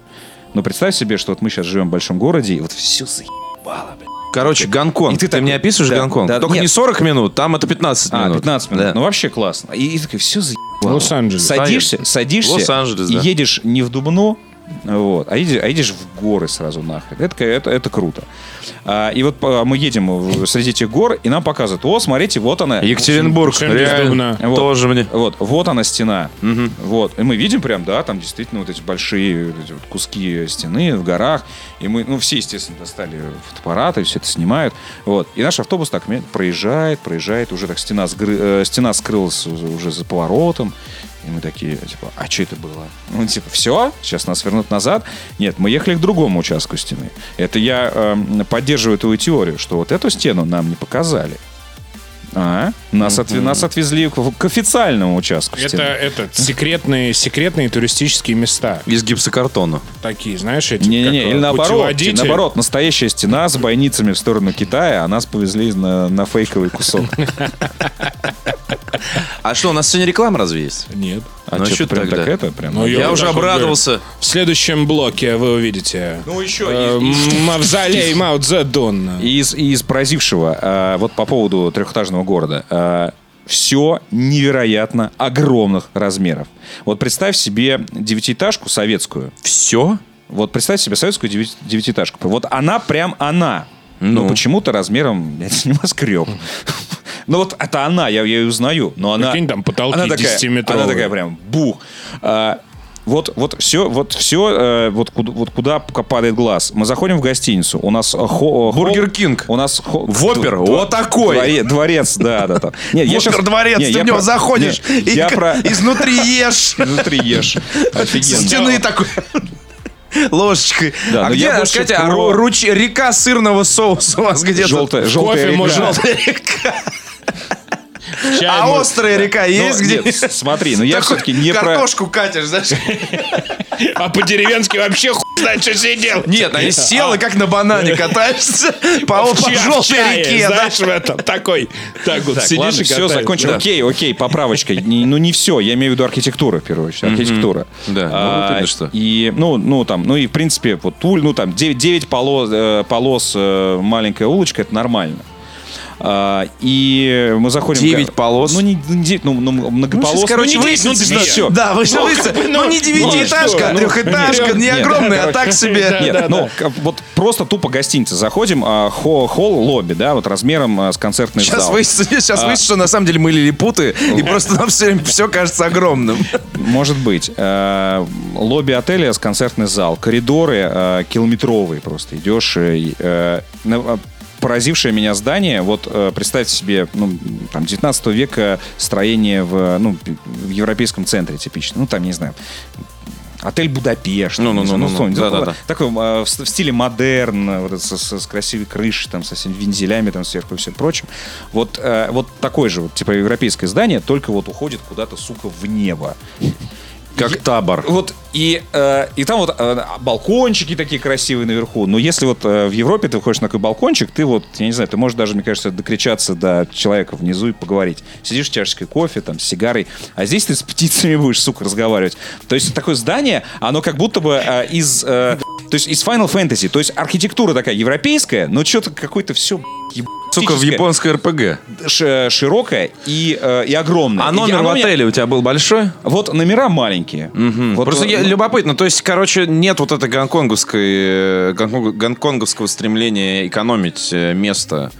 [SPEAKER 1] Ну, представь себе, что вот мы сейчас живем в большом городе, и вот все заебало, блядь.
[SPEAKER 3] Короче, Гонконг.
[SPEAKER 1] И ты
[SPEAKER 3] ты,
[SPEAKER 1] так-
[SPEAKER 3] мне описываешь
[SPEAKER 1] да,
[SPEAKER 3] Гонконг?
[SPEAKER 1] да,
[SPEAKER 3] Только
[SPEAKER 1] нет.
[SPEAKER 3] не 40 минут, там это 15 минут.
[SPEAKER 1] А, 15 минут.
[SPEAKER 3] Да.
[SPEAKER 1] Ну, вообще классно. И, и такой, все заебало.
[SPEAKER 2] Лос-Анджелес.
[SPEAKER 1] Садишься,
[SPEAKER 3] Конечно.
[SPEAKER 1] садишься
[SPEAKER 3] Лос-Анджелес,
[SPEAKER 1] и
[SPEAKER 3] да.
[SPEAKER 1] едешь не в Дубну, вот, а едешь, а едешь в горы сразу нахрен. Это, ка- это, это круто. А, и вот а, мы едем в- среди этих гор, и нам показывают, о, смотрите, вот она.
[SPEAKER 3] Екатеринбург,
[SPEAKER 2] Чем без
[SPEAKER 3] реально.
[SPEAKER 2] Дубна?
[SPEAKER 1] Вот.
[SPEAKER 3] Тоже мне.
[SPEAKER 1] Вот, вот она стена. Вот. И мы видим прям, да, там действительно вот эти большие вот эти вот куски стены в горах. И мы, ну, все, естественно, достали фотоаппараты, все это снимают. Вот. И наш автобус так ме- проезжает, проезжает, уже так стена, сгры- э, стена скрылась уже- уже за поворотом. И мы такие, типа, а что это было? Ну, типа, все, сейчас нас вернут назад. Нет, мы ехали к другому участку стены. Это я эм, поддерживаю твою теорию, что вот эту стену нам не показали. А, нас, отве- нас отвезли к, к официальному участку.
[SPEAKER 2] Это, типа
[SPEAKER 1] стены.
[SPEAKER 2] это секретные, секретные туристические места.
[SPEAKER 3] Из гипсокартона.
[SPEAKER 2] Такие, знаешь, эти
[SPEAKER 1] Не-не-не,
[SPEAKER 2] как,
[SPEAKER 1] или
[SPEAKER 2] э,
[SPEAKER 1] наоборот,
[SPEAKER 2] путеводители.
[SPEAKER 1] наоборот, настоящая стена с бойницами в сторону Китая, а нас повезли на, на фейковый кусок.
[SPEAKER 3] А что, у нас сегодня реклама разве есть?
[SPEAKER 2] Нет.
[SPEAKER 1] А
[SPEAKER 3] Ну, а
[SPEAKER 1] чё
[SPEAKER 3] чё
[SPEAKER 1] ты прям
[SPEAKER 3] тогда?
[SPEAKER 1] так это? Прям?
[SPEAKER 2] Ну,
[SPEAKER 1] Ну,
[SPEAKER 2] ё-
[SPEAKER 3] Я,
[SPEAKER 2] Я
[SPEAKER 3] уже
[SPEAKER 2] вот так вот
[SPEAKER 3] обрадовался.
[SPEAKER 2] В следующем блоке вы увидите
[SPEAKER 3] Ну,
[SPEAKER 2] э,
[SPEAKER 1] еще
[SPEAKER 2] м, Мавзолей Мао Цзэдуна.
[SPEAKER 1] из, из поразившего, э, вот по поводу трехэтажного города, все невероятно огромных размеров. Вот представь себе девятиэтажку советскую,
[SPEAKER 3] Все?
[SPEAKER 1] Вот представь себе советскую деви- девятиэтажку. Вот она прям она.
[SPEAKER 3] Ну.
[SPEAKER 1] Но почему-то размером блядь, небоскреб. Ну вот это она, я, я ее узнаю. Но она,
[SPEAKER 2] Прикинь, там потолки
[SPEAKER 1] она такая,
[SPEAKER 2] 10-метровые.
[SPEAKER 1] она такая прям бух. А, вот, вот все, вот все, э, вот куда, вот куда п- падает глаз. Мы заходим в гостиницу, у нас э, хо- э,
[SPEAKER 3] Бургер
[SPEAKER 1] холл-
[SPEAKER 3] Кинг.
[SPEAKER 1] у нас хо-
[SPEAKER 3] В опер, вот такой.
[SPEAKER 1] дворе- дворец, да, да, да. Нет, я щас-
[SPEAKER 3] Опердворец,
[SPEAKER 1] не,
[SPEAKER 3] ты
[SPEAKER 1] я
[SPEAKER 3] в него
[SPEAKER 1] про-
[SPEAKER 3] заходишь
[SPEAKER 1] не,
[SPEAKER 3] и
[SPEAKER 1] я
[SPEAKER 3] к-
[SPEAKER 1] про
[SPEAKER 3] изнутри ешь.
[SPEAKER 1] внутри ешь,
[SPEAKER 3] Со
[SPEAKER 1] офигенно.
[SPEAKER 3] стены такой. Ложечкой.
[SPEAKER 1] Да,
[SPEAKER 3] а
[SPEAKER 1] но
[SPEAKER 3] где,
[SPEAKER 1] я больше
[SPEAKER 3] скажите, а
[SPEAKER 1] про-
[SPEAKER 3] ру- руч- река сырного соуса у вас где-то?
[SPEAKER 1] Желтая, желтая
[SPEAKER 2] Кофе
[SPEAKER 1] река.
[SPEAKER 2] можно Чай
[SPEAKER 3] А
[SPEAKER 2] может-
[SPEAKER 3] острая река
[SPEAKER 1] Но,
[SPEAKER 3] есть где?
[SPEAKER 1] Ну, нет, с- смотри, но я
[SPEAKER 3] Такой
[SPEAKER 1] все-таки не про...
[SPEAKER 3] Картошку катишь, знаешь?
[SPEAKER 2] А по-деревенски вообще хуй знает, что сидел.
[SPEAKER 3] Нет, а сел и как на банане катаешься по, по
[SPEAKER 2] Чай в
[SPEAKER 3] желтой
[SPEAKER 2] чае,
[SPEAKER 3] реке. да?
[SPEAKER 2] Знаешь, в этом такой. Так вот,
[SPEAKER 1] Так,
[SPEAKER 2] сидишь
[SPEAKER 1] ладно,
[SPEAKER 2] и
[SPEAKER 1] все,
[SPEAKER 2] катаешься.
[SPEAKER 1] закончил.
[SPEAKER 2] Да.
[SPEAKER 1] Окей, окей, поправочка. Не- ну, не все, я имею в виду архитектура, в первую очередь. Архитектура.
[SPEAKER 3] Да, ну,
[SPEAKER 1] А,
[SPEAKER 3] вот это что.
[SPEAKER 1] И, ну, ну, там, ну, и, в принципе, вот Туль, ну, там, 9, полос, э, полос э, маленькая улочка, это нормально. А, и мы заходим...
[SPEAKER 3] Девять полос?
[SPEAKER 1] Ну, не, не 9, ну, ну, многополос.
[SPEAKER 3] Сейчас, короче,
[SPEAKER 1] ну, не 9,
[SPEAKER 3] выяснится,
[SPEAKER 1] ну,
[SPEAKER 3] что
[SPEAKER 1] ты всё.
[SPEAKER 3] Да, вы
[SPEAKER 2] Ну,
[SPEAKER 3] выяснится.
[SPEAKER 2] как бы,
[SPEAKER 3] Ну,
[SPEAKER 2] ну,
[SPEAKER 3] не девятиэтажка,
[SPEAKER 2] ну,
[SPEAKER 3] а трехэтажка,
[SPEAKER 2] что?
[SPEAKER 3] не
[SPEAKER 2] Ну,
[SPEAKER 3] огромная, а так себе.
[SPEAKER 1] Нет,
[SPEAKER 2] Да, да,
[SPEAKER 1] ну,
[SPEAKER 2] да.
[SPEAKER 1] к- вот просто тупо гостиница. Заходим, а, хо- холл, лобби, да, вот размером а, с концертный
[SPEAKER 4] Сейчас
[SPEAKER 1] зал.
[SPEAKER 4] выяснится, сейчас выяснится, что на самом деле мы лилипуты, и просто нам все время все кажется огромным.
[SPEAKER 1] Может быть. Э, Лобби отеля с концертный зал. Коридоры э, километровые просто. Идешь. э, и, э, на- а, поразившее меня здание, вот э, представьте себе, ну, там, 19 века строение в, ну, пи- в европейском центре типично, ну, там, не знаю, отель Будапешт,
[SPEAKER 3] Ну, ну,
[SPEAKER 1] не знаю,
[SPEAKER 3] ну, ну,
[SPEAKER 1] что-нибудь,
[SPEAKER 3] да, да,
[SPEAKER 1] такое-
[SPEAKER 3] да.
[SPEAKER 1] такой э, в, с- в стиле модерн, э, вот это со- со- с, красивой крышей, там, со всеми вензелями там сверху и всем прочим. Вот, э, вот такое же, вот, типа, европейское здание, только вот уходит куда-то, сука, в небо.
[SPEAKER 3] Как табор.
[SPEAKER 1] Вот и, э, и там вот э, балкончики такие красивые наверху. Но если вот э, в Европе ты выходишь на такой балкончик, ты вот, я не знаю, ты можешь даже, мне кажется, докричаться до человека внизу и поговорить. Сидишь с чашечкой кофе, там, с сигарой, а здесь ты с птицами будешь, сука, разговаривать. То есть такое здание, оно как будто бы э, из... э, то есть из Final Fantasy. То есть архитектура такая европейская, но что-то какое-то все...
[SPEAKER 3] Сука, в японской РПГ.
[SPEAKER 1] э, Широкое и, э, и огромное.
[SPEAKER 3] А
[SPEAKER 1] И ну,
[SPEAKER 3] номер в
[SPEAKER 1] оно меня-
[SPEAKER 3] отеле у тебя был большой?
[SPEAKER 1] Вот номера маленькие. Вот,
[SPEAKER 3] Просто
[SPEAKER 1] э,
[SPEAKER 3] я- любопытно, то есть, короче, нет вот этой гонконговской, э, гонконг- гонконговского стремления экономить э, место.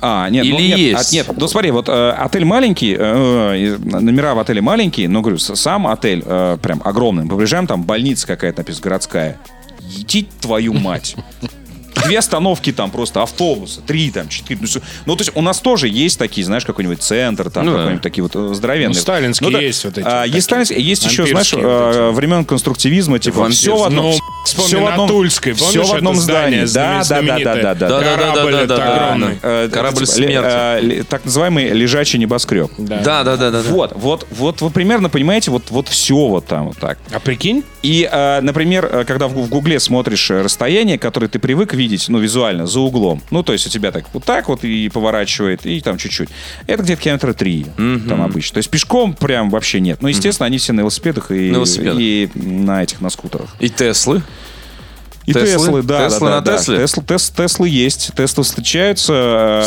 [SPEAKER 1] А, нет,
[SPEAKER 3] Или
[SPEAKER 1] ну, нет,
[SPEAKER 3] есть?
[SPEAKER 1] а, нет, ну смотри, вот э, отель маленький, э, э, номера в отеле маленькие, но говорю, с- сам отель э, прям огромный. Мы Приезжаем, там больница какая-то написана, городская. Еди твою мать. Две остановки там просто, автобуса, три там, четыре. Ну, всё. Ну, то есть у нас тоже есть такие, знаешь, какой-нибудь центр, там,
[SPEAKER 3] Ну да.
[SPEAKER 1] какой-нибудь такие вот э, здоровенные.
[SPEAKER 2] Ну, сталинские
[SPEAKER 1] да.
[SPEAKER 2] есть вот эти
[SPEAKER 1] А,
[SPEAKER 2] вот
[SPEAKER 1] есть,
[SPEAKER 2] такие,
[SPEAKER 1] сталинские, есть еще, знаешь,
[SPEAKER 2] вампирские вот
[SPEAKER 1] э, времен конструктивизма, типа, все в одном.
[SPEAKER 2] Ну,
[SPEAKER 1] всё
[SPEAKER 2] вспомни
[SPEAKER 1] в одном-
[SPEAKER 2] на Тульской,
[SPEAKER 1] всё
[SPEAKER 2] помнишь
[SPEAKER 1] в одном
[SPEAKER 2] это здание
[SPEAKER 1] здании. Да, да, да,
[SPEAKER 2] знаменитое?
[SPEAKER 1] да, да, да.
[SPEAKER 2] Корабль
[SPEAKER 3] Да-да-да-да-да-да.
[SPEAKER 2] этот огромный.
[SPEAKER 1] Э,
[SPEAKER 3] Корабль
[SPEAKER 1] типа, ле-
[SPEAKER 3] смерти.
[SPEAKER 1] э, ле- так называемый лежачий небоскреб.
[SPEAKER 3] Да, да, да, да.
[SPEAKER 1] Вот, вот, вот вы примерно понимаете, вот, вот все вот там вот так.
[SPEAKER 2] А прикинь,
[SPEAKER 1] И, э, например, э, когда в, в Гугле смотришь э, расстояние, которое ты привык видеть, ну, визуально, за углом, ну, то есть у тебя так вот так вот и поворачивает, и там чуть-чуть. Это где-то километра три там обычно. То есть пешком прям вообще нет. Ну, естественно, они все на велосипедах и
[SPEAKER 3] На велосипедах.
[SPEAKER 1] и на этих, на скутерах.
[SPEAKER 3] И Теслы.
[SPEAKER 1] И
[SPEAKER 3] Теслы?
[SPEAKER 1] Теслы, да,
[SPEAKER 3] Теслы
[SPEAKER 1] да,
[SPEAKER 3] на
[SPEAKER 1] да, да.
[SPEAKER 3] Тесле?
[SPEAKER 1] Тесл- Тес- Теслы есть, Теслы встречаются.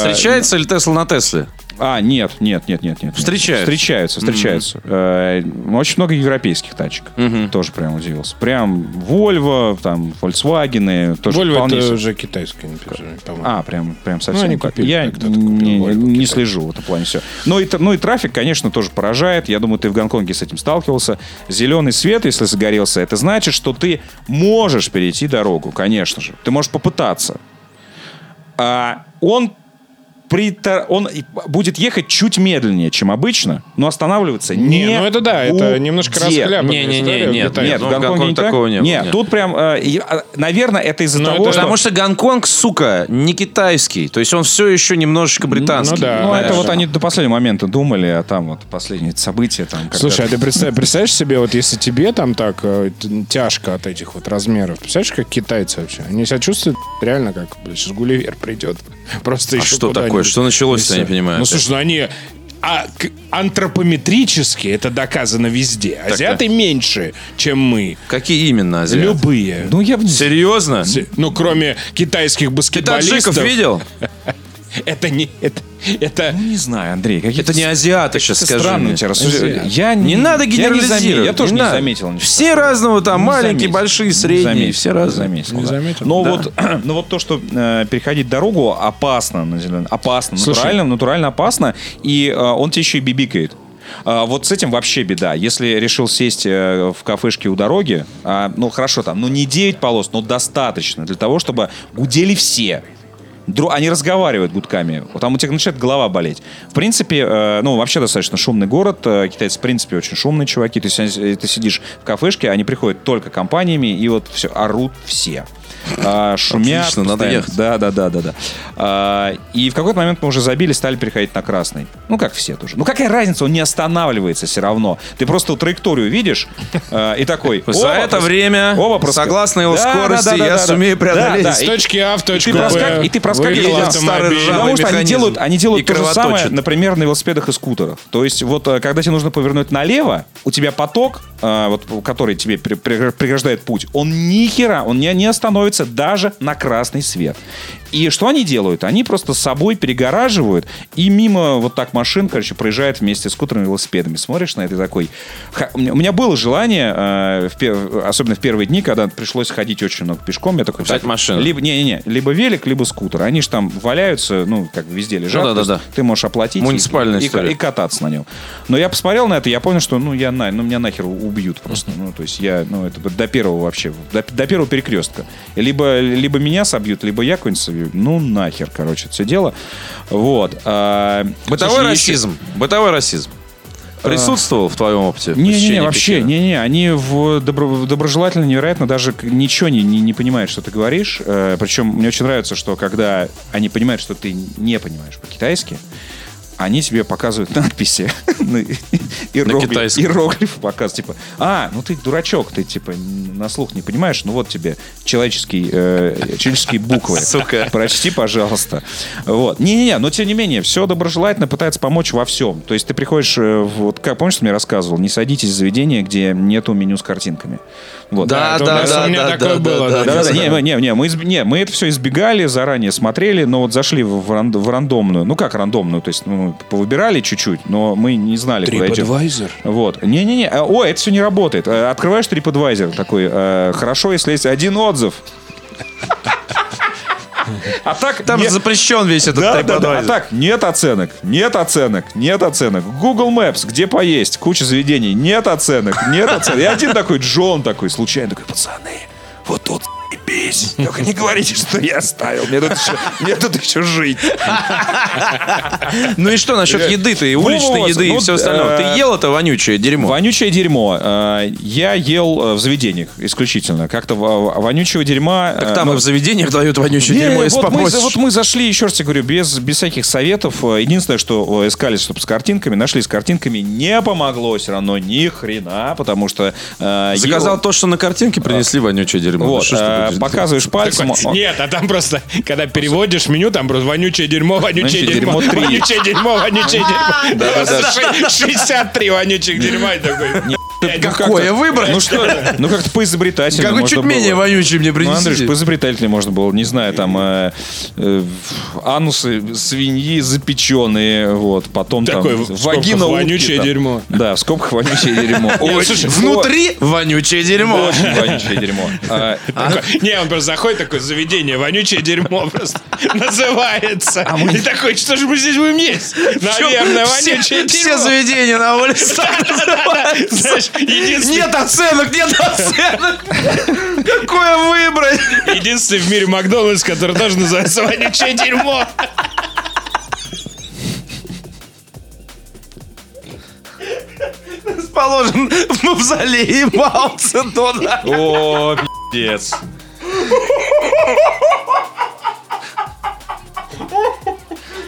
[SPEAKER 1] э,
[SPEAKER 3] Встречается ли Тесла на Тесле?
[SPEAKER 1] А, нет, нет, нет, нет, нет.
[SPEAKER 3] Встречаются.
[SPEAKER 1] Встречаются, встречаются. Э, Очень много европейских тачек. Тоже прям удивился. Прям Volvo, там, Volkswagen, тоже
[SPEAKER 2] Вольво
[SPEAKER 1] вполне.
[SPEAKER 2] это
[SPEAKER 1] себе.
[SPEAKER 2] уже китайская, не переживай, по-моему.
[SPEAKER 1] А, прям, прям совсем.
[SPEAKER 2] Ну, они
[SPEAKER 1] так.
[SPEAKER 2] купили,
[SPEAKER 1] Я
[SPEAKER 2] да, кто-то купил
[SPEAKER 1] не,
[SPEAKER 2] Volvo
[SPEAKER 1] не
[SPEAKER 2] китайский.
[SPEAKER 1] слежу в этом плане все. Ну и, тр- ну и трафик, конечно, тоже поражает. Я думаю, ты в Гонконге с этим сталкивался. Зеленый свет, если загорелся, это значит, что ты можешь перейти дорогу, конечно же. Ты можешь попытаться. А он притор- он и- будет ехать чуть медленнее, чем обычно, но останавливаться не,
[SPEAKER 2] Не, ну это да, это
[SPEAKER 1] будет.
[SPEAKER 2] немножко расхлябанная
[SPEAKER 3] Не-не-не,
[SPEAKER 2] история в
[SPEAKER 3] нет,
[SPEAKER 2] Китае.
[SPEAKER 1] Нет,
[SPEAKER 3] Ну,
[SPEAKER 1] в
[SPEAKER 3] в
[SPEAKER 1] Гонконге
[SPEAKER 3] Гонконге
[SPEAKER 1] не так.
[SPEAKER 3] такого не было,
[SPEAKER 1] Нет,
[SPEAKER 3] нет.
[SPEAKER 1] тут прям, э, и, а, наверное, это из-за
[SPEAKER 2] Ну,
[SPEAKER 1] того,
[SPEAKER 2] это-
[SPEAKER 1] что...
[SPEAKER 3] Потому что Гонконг, сука, не китайский. То есть он все еще немножечко британский.
[SPEAKER 2] ну да.
[SPEAKER 1] Ну,
[SPEAKER 2] Да,
[SPEAKER 1] это
[SPEAKER 2] да.
[SPEAKER 1] вот они до последнего момента думали, а там вот последние события там. когда-
[SPEAKER 2] Слушай, а ты представь- представляешь себе, вот если тебе там так э, т- тяжко от этих вот размеров, представляешь, как китайцы вообще? Они себя чувствуют реально как, сейчас Гулливер придет. Просто
[SPEAKER 3] А
[SPEAKER 2] еще
[SPEAKER 3] что
[SPEAKER 2] куда-нибудь.
[SPEAKER 3] такое? Что началось-то, я не
[SPEAKER 2] всё.
[SPEAKER 3] понимаю.
[SPEAKER 2] Ну, слушай, ну они... А к- антропометрически это доказано везде. А Азиаты меньше, чем мы.
[SPEAKER 3] Какие именно азиаты?
[SPEAKER 2] Любые.
[SPEAKER 1] Ну, я бы не...
[SPEAKER 3] Серьезно?
[SPEAKER 2] Се- Ну, кроме китайских
[SPEAKER 3] Ты таджиков
[SPEAKER 2] баскетболистов.
[SPEAKER 3] видел?
[SPEAKER 2] Это не... Это, это
[SPEAKER 1] не знаю, Андрей. какие-
[SPEAKER 3] Это не азиаты, сейчас скажи
[SPEAKER 1] странные
[SPEAKER 3] мне.
[SPEAKER 1] у тебя рассуждения. Я
[SPEAKER 3] Не надо
[SPEAKER 1] я не заметил,
[SPEAKER 3] генерализировать.
[SPEAKER 1] Я тоже не,
[SPEAKER 3] надо.
[SPEAKER 1] заметил. ничего
[SPEAKER 3] Все разного там,
[SPEAKER 1] Не
[SPEAKER 3] а маленькие,
[SPEAKER 1] заметил.
[SPEAKER 3] большие,
[SPEAKER 1] Не
[SPEAKER 3] средние,
[SPEAKER 1] заметил,
[SPEAKER 3] все
[SPEAKER 1] не
[SPEAKER 3] разные.
[SPEAKER 1] заметил, да.
[SPEAKER 2] заметил?
[SPEAKER 1] Но вот, но вот то, что э, переходить дорогу опасно на зеленый, опасно,
[SPEAKER 2] Слушай.
[SPEAKER 1] натурально, натурально опасно, и э, он тебе еще и бибикает. А, Вот с этим вообще беда. Если решил сесть э, в кафешке у дороги, а, ну хорошо там, ну не 9 полос, но достаточно для того, чтобы гудели все. Дру- Они разговаривают гудками. Вот Там у тебя начинает голова болеть. В принципе, э, ну, вообще достаточно шумный город. Э, Китайцы, в принципе, очень шумные чуваки. Ты, си- э, ты сидишь в кафешке, они приходят только компаниями, и вот все, орут все. А, шумят.
[SPEAKER 3] Отлично, надо
[SPEAKER 1] постоянно.
[SPEAKER 3] ехать.
[SPEAKER 1] Да, да, да, да, да. А, и в какой-то момент мы уже забили, стали переходить на красный. Ну, как все тоже. Ну, какая разница, он не останавливается все равно. Ты просто вот траекторию видишь э, и такой...
[SPEAKER 3] За
[SPEAKER 1] «О,
[SPEAKER 3] это
[SPEAKER 1] прос-
[SPEAKER 3] время,
[SPEAKER 1] О, просто-
[SPEAKER 3] согласно его
[SPEAKER 1] Да, да,
[SPEAKER 3] скорости,
[SPEAKER 1] да, да,
[SPEAKER 3] я
[SPEAKER 1] да, да.
[SPEAKER 3] сумею преодолеть.
[SPEAKER 1] Да, да,
[SPEAKER 2] с
[SPEAKER 1] и-
[SPEAKER 2] точки А в точку
[SPEAKER 1] ты
[SPEAKER 2] Б.
[SPEAKER 1] проскак- и ты проскакиваешь
[SPEAKER 2] Выехал
[SPEAKER 1] этот
[SPEAKER 2] автомобиль.
[SPEAKER 3] старый ржавый
[SPEAKER 1] Ну, Потому что они
[SPEAKER 3] механизм.
[SPEAKER 1] делают, они
[SPEAKER 3] И
[SPEAKER 1] делают то же
[SPEAKER 3] кровоточит.
[SPEAKER 1] самое, например, на велосипедах и скутерах. То есть вот э, когда тебе нужно повернуть налево, у тебя поток а, вот, который тебе пре- пре- преграждает путь, он ни хера, он не, не остановится даже на красный свет. И что они делают? Они просто с собой перегораживают, и мимо вот так машин, короче, проезжает вместе с скутерами и велосипедами. Смотришь на это и такой... ха- У меня у меня было желание, э, в пе- особенно в первые дни, когда пришлось ходить очень много пешком, я такой...
[SPEAKER 3] Взять
[SPEAKER 1] так,
[SPEAKER 3] машину.
[SPEAKER 1] Либо, не-не-не, либо велик, либо скутер. Они же там валяются, ну, как бы везде лежат.
[SPEAKER 3] да,
[SPEAKER 1] то есть
[SPEAKER 3] да, да.
[SPEAKER 1] Ты можешь оплатить. и-
[SPEAKER 3] Муниципальная
[SPEAKER 1] и- и-
[SPEAKER 3] история.
[SPEAKER 1] и кататься на нем. Но я посмотрел на это, я понял, что ну я на, ну меня нахер убьют просто. Ну то есть я, ну это до первого вообще, до, до первого перекрестка. Либо, либо меня собьют, либо я какой-нибудь собью. Ну нахер, короче, это все дело. Вот. А,
[SPEAKER 3] Бытовой
[SPEAKER 1] слушай, я еще-
[SPEAKER 3] расизм. Бытовой расизм. Присутствовал в твоем опыте?
[SPEAKER 1] не, не,
[SPEAKER 3] посещения
[SPEAKER 1] вообще,
[SPEAKER 3] Пекина?
[SPEAKER 1] не, не, они в добро- доброжелательно, невероятно, даже к- ничего не, не, не понимают, что ты говоришь. Э, причем мне очень нравится, что когда они понимают, что ты не понимаешь по-китайски, они тебе показывают надписи на- иероглиф-
[SPEAKER 3] китайском.
[SPEAKER 1] иероглифы показывают, типа, а, ну ты дурачок, ты типа на слух не понимаешь, ну вот тебе человеческий, э, человеческие буквы.
[SPEAKER 3] Сука.
[SPEAKER 1] Прочти, пожалуйста. Вот. Не-не-не, но тем не менее, все доброжелательно пытается помочь во всем. То есть ты приходишь, э, в- вот как помнишь, ты мне рассказывал, не садитесь в заведение, где нету меню с картинками. Вот. Э,
[SPEAKER 3] Да,
[SPEAKER 2] Это у
[SPEAKER 3] да,
[SPEAKER 2] нас-
[SPEAKER 3] да,
[SPEAKER 2] у меня
[SPEAKER 3] да,
[SPEAKER 2] такое
[SPEAKER 3] да,
[SPEAKER 2] было,
[SPEAKER 3] да,
[SPEAKER 2] да.
[SPEAKER 1] Да-да-да, не, мы- не, не, мы, изб- не, мы это все избегали, заранее смотрели, но вот зашли в, в ран- в рандомную, ну как рандомную, то есть ну, повыбирали чуть-чуть, но мы не знали, куда идем.
[SPEAKER 2] TripAdvisor?
[SPEAKER 1] Вот. Не-не-не, а, о, это все не работает. Э, Открываешь TripAdvisor такой, э, хорошо, если есть один отзыв. А так
[SPEAKER 3] Там
[SPEAKER 1] не-
[SPEAKER 3] запрещен весь этот
[SPEAKER 1] да,
[SPEAKER 3] тайп
[SPEAKER 1] да, да. А
[SPEAKER 3] адвайзер.
[SPEAKER 1] так, нет оценок, нет оценок, нет оценок. Google Maps, где поесть, куча заведений, нет оценок, нет оценок. И один такой, Джон такой, случайно такой, пацаны, вот тут заебись. Только не говорите, что я оставил. Мне тут еще, мне тут еще жить.
[SPEAKER 3] Ну и что насчет еды ты, уличной
[SPEAKER 1] Вова,
[SPEAKER 3] еды и
[SPEAKER 1] ну,
[SPEAKER 3] все остальное?
[SPEAKER 1] э,
[SPEAKER 3] Ты ел это вонючее дерьмо?
[SPEAKER 1] Вонючее дерьмо. Э, Я ел э, в заведениях исключительно. Как-то во- вонючего дерьма... э,
[SPEAKER 3] Там
[SPEAKER 1] ну,
[SPEAKER 3] и в заведениях дают вонючее
[SPEAKER 1] Не,
[SPEAKER 3] дерьмо, если
[SPEAKER 1] вот, мы, за-
[SPEAKER 3] попросишь.
[SPEAKER 1] вот мы зашли, еще раз тебе говорю, без, без всяких советов. Э, Единственное, что э, искали, чтобы с картинками, нашли с картинками, не помогло все равно ни хрена, потому что... э,
[SPEAKER 3] Заказал
[SPEAKER 1] ел-
[SPEAKER 3] то, что на картинке принесли вонючее дерьмо. Ну
[SPEAKER 1] Вот,
[SPEAKER 3] что ж ты
[SPEAKER 1] э,
[SPEAKER 3] будешь делать?
[SPEAKER 1] показываешь пальцем... он-
[SPEAKER 2] Нет, а там просто, когда переводишь меню, там просто вонючее дерьмо, вонючее
[SPEAKER 1] Вонючее
[SPEAKER 2] дерьмо,
[SPEAKER 1] дерьмо три.
[SPEAKER 2] вонючее дерьмо, вонючее дерьмо.
[SPEAKER 1] А, да.
[SPEAKER 2] Ше- 63 вонючих дерьма. и такой,
[SPEAKER 1] Ну, как-то-
[SPEAKER 3] Какое выбрать?
[SPEAKER 1] Ну что, ну как-то поизобретательнее
[SPEAKER 3] Какой
[SPEAKER 1] можно
[SPEAKER 3] чуть менее
[SPEAKER 1] было.
[SPEAKER 3] вонючий мне
[SPEAKER 1] Ну,
[SPEAKER 3] принесли?
[SPEAKER 1] Андрюш, поизобретательнее можно было, не знаю, там э, э, в- анусы свиньи запеченные, вот, потом
[SPEAKER 2] Такое в
[SPEAKER 1] там
[SPEAKER 2] скобках
[SPEAKER 1] вагина утки,
[SPEAKER 2] вонючее
[SPEAKER 1] там.
[SPEAKER 2] дерьмо.
[SPEAKER 1] Да, в скобках вонючее дерьмо.
[SPEAKER 2] Не,
[SPEAKER 1] Очень-
[SPEAKER 2] слушай,
[SPEAKER 3] Внутри вонючее дерьмо.
[SPEAKER 1] Очень вонючее дерьмо. А,
[SPEAKER 2] такой, Не, он просто заходит, такое заведение, вонючее дерьмо просто называется. И такой, что же мы здесь будем есть? Наверное,
[SPEAKER 3] Все-
[SPEAKER 2] вонючее
[SPEAKER 3] Все
[SPEAKER 2] дерьмо.
[SPEAKER 3] заведения на улице так называются.
[SPEAKER 2] Знаешь, единственный-
[SPEAKER 3] Нет оценок, нет оценок. Какое выбрать?
[SPEAKER 2] Единственный в мире Макдональдс, который тоже называется вонючее дерьмо.
[SPEAKER 3] Положен в мавзолее Мао Цзэдуна.
[SPEAKER 1] О, пиздец.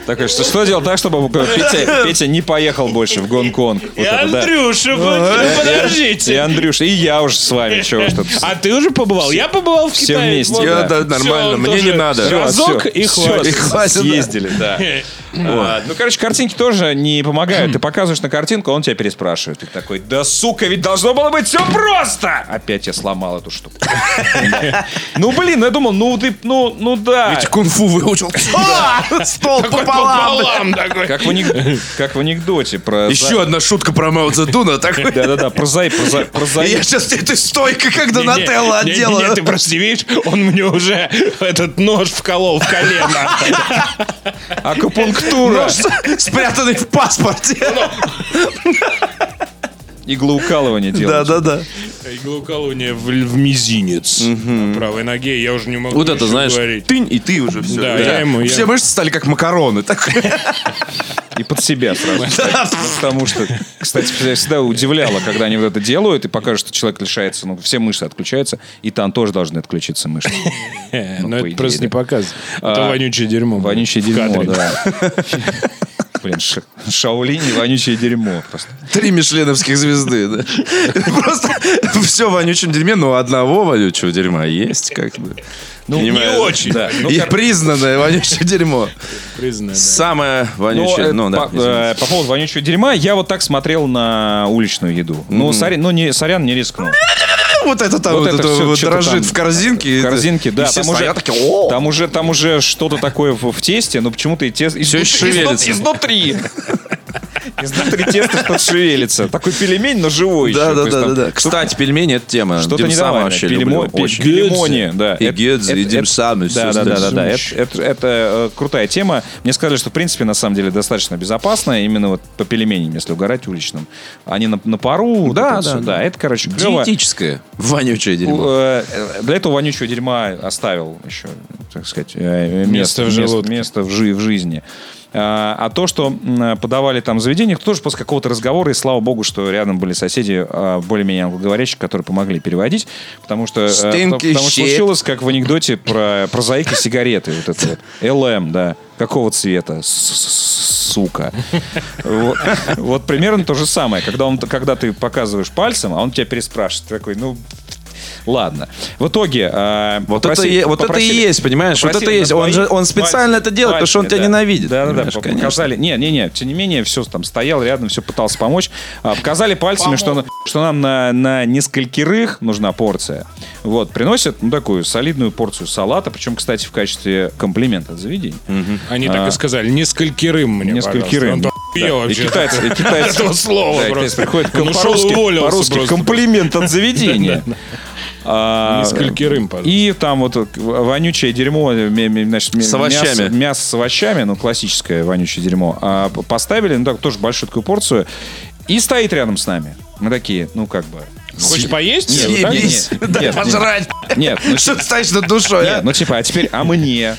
[SPEAKER 1] Так, а что, что делать так, чтобы Петя, Петя не поехал больше в Гонконг? Вот
[SPEAKER 2] И
[SPEAKER 1] это да. Э,
[SPEAKER 2] Андрюша, ну,
[SPEAKER 3] Э,
[SPEAKER 1] И
[SPEAKER 2] подождите.
[SPEAKER 1] Андрюш, и я уже с вами. Чего уж тут.
[SPEAKER 2] А ты уже побывал? Я побывал в
[SPEAKER 1] все
[SPEAKER 2] Китае.
[SPEAKER 1] вместе,
[SPEAKER 2] Вот.
[SPEAKER 1] да.
[SPEAKER 2] Всё,
[SPEAKER 3] нормально,
[SPEAKER 2] он
[SPEAKER 3] мне не
[SPEAKER 2] тоже
[SPEAKER 3] надо.
[SPEAKER 1] Всё,
[SPEAKER 2] Разок
[SPEAKER 1] всё,
[SPEAKER 2] и
[SPEAKER 1] всё,
[SPEAKER 2] хватит.
[SPEAKER 3] И хватит, да.
[SPEAKER 1] Съездили, да. Вот. Ну, короче, картинки тоже не помогают. Ты показываешь на картинку, а он тебя переспрашивает. Ты такой, да сука, ведь должно было быть все просто! Опять я сломал эту штуку. Ну, блин, я думал, ну ты, ну, ну да.
[SPEAKER 3] Кунг-фу выучил. А, Стол пополам.
[SPEAKER 2] Пополам такой.
[SPEAKER 1] Как в, анек- как в анекдоте про...
[SPEAKER 3] Еще одна шутка про Мао Цзэдуна. такой.
[SPEAKER 1] Да-да-да, про зай, про зай, про зай-
[SPEAKER 3] Я сейчас этой стойкой, как
[SPEAKER 2] Не, не,
[SPEAKER 3] Донателло
[SPEAKER 2] не, не,
[SPEAKER 3] отделаю.
[SPEAKER 2] не, ты просто не видишь, он мне уже этот нож вколол в колено.
[SPEAKER 1] акупунктура,
[SPEAKER 3] спрятанный в паспорте.
[SPEAKER 1] иглоукалывание делаешь.
[SPEAKER 3] да.
[SPEAKER 2] Иглоуколония в, в мизинец на правой ноге, я уже не могу
[SPEAKER 3] Вот это,
[SPEAKER 2] ничего
[SPEAKER 3] знаешь,
[SPEAKER 2] говорить.
[SPEAKER 3] тынь, и ты уже все.
[SPEAKER 2] Да, я ему- я-
[SPEAKER 3] Все мышцы стали как макароны. Так.
[SPEAKER 1] И под себя сразу. Потому что, кстати, меня всегда удивляло, когда они вот это делают, и покажут, что человек лишается, ну, все мышцы отключаются, и там тоже должны отключиться мышцы.
[SPEAKER 2] Но
[SPEAKER 1] по
[SPEAKER 2] Э, ну, это
[SPEAKER 1] идее,
[SPEAKER 2] просто не
[SPEAKER 1] да.
[SPEAKER 2] показывает. Это
[SPEAKER 1] А,
[SPEAKER 2] вонючее дерьмо.
[SPEAKER 1] Вонючее
[SPEAKER 2] В
[SPEAKER 1] дерьмо,
[SPEAKER 2] кадре.
[SPEAKER 1] да. Блин, ш- Шаолинь и вонючее дерьмо. Просто.
[SPEAKER 3] Три мишленовских звезды, да? Просто все в вонючем дерьме, но одного вонючего дерьма есть как бы.
[SPEAKER 2] Ну, не
[SPEAKER 3] Понимаю,
[SPEAKER 2] очень.
[SPEAKER 3] Да.
[SPEAKER 1] Ну,
[SPEAKER 3] И признанное вонючее дерьмо.
[SPEAKER 2] Признаю, да.
[SPEAKER 3] Самое
[SPEAKER 1] Но,
[SPEAKER 3] вонючее.
[SPEAKER 1] э,
[SPEAKER 3] Ну, да.
[SPEAKER 1] по,
[SPEAKER 3] извините.
[SPEAKER 1] э, по поводу вонючего дерьма, я вот так смотрел на уличную еду. Ну, сорян, ну, не, сорян, не рискнул.
[SPEAKER 3] Вот это там
[SPEAKER 1] вот
[SPEAKER 3] вот
[SPEAKER 1] это
[SPEAKER 3] это
[SPEAKER 1] всё
[SPEAKER 3] вот
[SPEAKER 1] чё-то там.
[SPEAKER 3] дрожит в корзинке.
[SPEAKER 1] В корзинке, да.
[SPEAKER 3] И все
[SPEAKER 1] там, уже,
[SPEAKER 3] стоят такие, «О!»
[SPEAKER 1] там уже, там уже что-то такое в, в тесте, но почему-то и тесто...
[SPEAKER 3] Всё ещё шевелится.
[SPEAKER 1] Изнутри. Изнутри тесто что-то шевелится. Такой пельмень, но живой
[SPEAKER 3] Да,
[SPEAKER 1] ещё.
[SPEAKER 3] да,
[SPEAKER 1] То есть
[SPEAKER 3] да,
[SPEAKER 1] там
[SPEAKER 3] да, да. Кстати, пельмени это тема.
[SPEAKER 1] Что-то
[SPEAKER 3] Дим Сама
[SPEAKER 1] недавно.
[SPEAKER 3] вообще
[SPEAKER 1] Пельмо-
[SPEAKER 3] люблю.
[SPEAKER 1] пе-
[SPEAKER 3] Очень.
[SPEAKER 1] пельмони, да.
[SPEAKER 3] И
[SPEAKER 1] Это-
[SPEAKER 3] гедзе, и
[SPEAKER 1] это-
[SPEAKER 3] Дим
[SPEAKER 1] это-
[SPEAKER 3] Сам, и всё
[SPEAKER 1] Да, да, да, да, да. Это,
[SPEAKER 3] замещающее.
[SPEAKER 1] это- это, э, крутая тема. Мне сказали, что в принципе на самом деле достаточно безопасно, именно вот по пельменям, если угорать уличным. Они на, на пару. вот
[SPEAKER 3] Да,
[SPEAKER 1] это всё.
[SPEAKER 3] да, да.
[SPEAKER 1] Это, короче, клево.
[SPEAKER 3] Диетическое. Вонючее дерьмо.
[SPEAKER 1] Э, э, Для этого вонючего дерьма оставил еще, так сказать, э, э, место,
[SPEAKER 2] Место в
[SPEAKER 1] мест-
[SPEAKER 2] желудке.
[SPEAKER 1] место в, жи- в жизни. А а то, что м, подавали там в заведениях, тоже после какого-то разговора, и слава богу, что рядом были соседи а, более-менее англоговорящие, которые помогли переводить, потому что, э,
[SPEAKER 3] Stinky
[SPEAKER 1] потому потому что
[SPEAKER 3] shit.
[SPEAKER 1] случилось, как в анекдоте про прозаики сигареты, вот это вот. ЛМ, да, какого цвета, С- с- сука. Вот, вот примерно то же самое, когда, он, когда ты показываешь пальцем, а он тебя переспрашивает, ты такой, ну, ладно. В итоге... э,
[SPEAKER 3] Вот это,
[SPEAKER 1] попросили-
[SPEAKER 3] е- вот это и
[SPEAKER 1] попросили-
[SPEAKER 3] есть, понимаешь? Вот это и
[SPEAKER 1] попросили
[SPEAKER 3] есть. Он
[SPEAKER 1] напоить
[SPEAKER 3] же он специально это делает, потому что он тебя
[SPEAKER 1] пальцами, да.
[SPEAKER 3] ненавидит.
[SPEAKER 1] Да, да, да.
[SPEAKER 3] понимаешь, конечно.
[SPEAKER 1] Показали. Не, не, не. Тем не менее, все там стоял рядом, все пытался помочь. А, Показали пальцами, что, на- что нам на, на нескольких нужна порция. Вот, приносят ну, такую солидную порцию салата, причем, кстати, в качестве комплимента от заведения.
[SPEAKER 2] Они так и сказали, несколькирым мне,
[SPEAKER 1] Несколькирым.
[SPEAKER 2] пожалуйста». Он охуел
[SPEAKER 1] И
[SPEAKER 2] вообще.
[SPEAKER 1] китайцы, и китайцы.
[SPEAKER 2] Этого слова
[SPEAKER 1] Да, и
[SPEAKER 2] просто.
[SPEAKER 1] китайцы приходят
[SPEAKER 2] Он ушел и
[SPEAKER 1] по-русски,
[SPEAKER 2] уволился
[SPEAKER 1] по-русски
[SPEAKER 2] просто.
[SPEAKER 1] комплимент от заведения. А,
[SPEAKER 2] Несколькирым, пожалуйста.
[SPEAKER 1] И там вот вонючее дерьмо, э, ме- ме- значит, ме-
[SPEAKER 3] С овощами.
[SPEAKER 1] Мясо, мясо с овощами, ну, классическое вонючее дерьмо. А п- поставили, ну, так, тоже большую такую порцию. И стоит рядом с нами. Мы такие, ну, как бы...
[SPEAKER 2] Хочешь поесть?
[SPEAKER 1] Нет, вот
[SPEAKER 2] Нет,
[SPEAKER 1] так?
[SPEAKER 3] Съебись.
[SPEAKER 1] Нет,
[SPEAKER 3] Дай
[SPEAKER 1] нет,
[SPEAKER 3] пожрать.
[SPEAKER 1] Нет, ну,
[SPEAKER 3] Что ты стоишь над душой,
[SPEAKER 1] нет,
[SPEAKER 3] а?
[SPEAKER 1] ну типа, а теперь, а мне,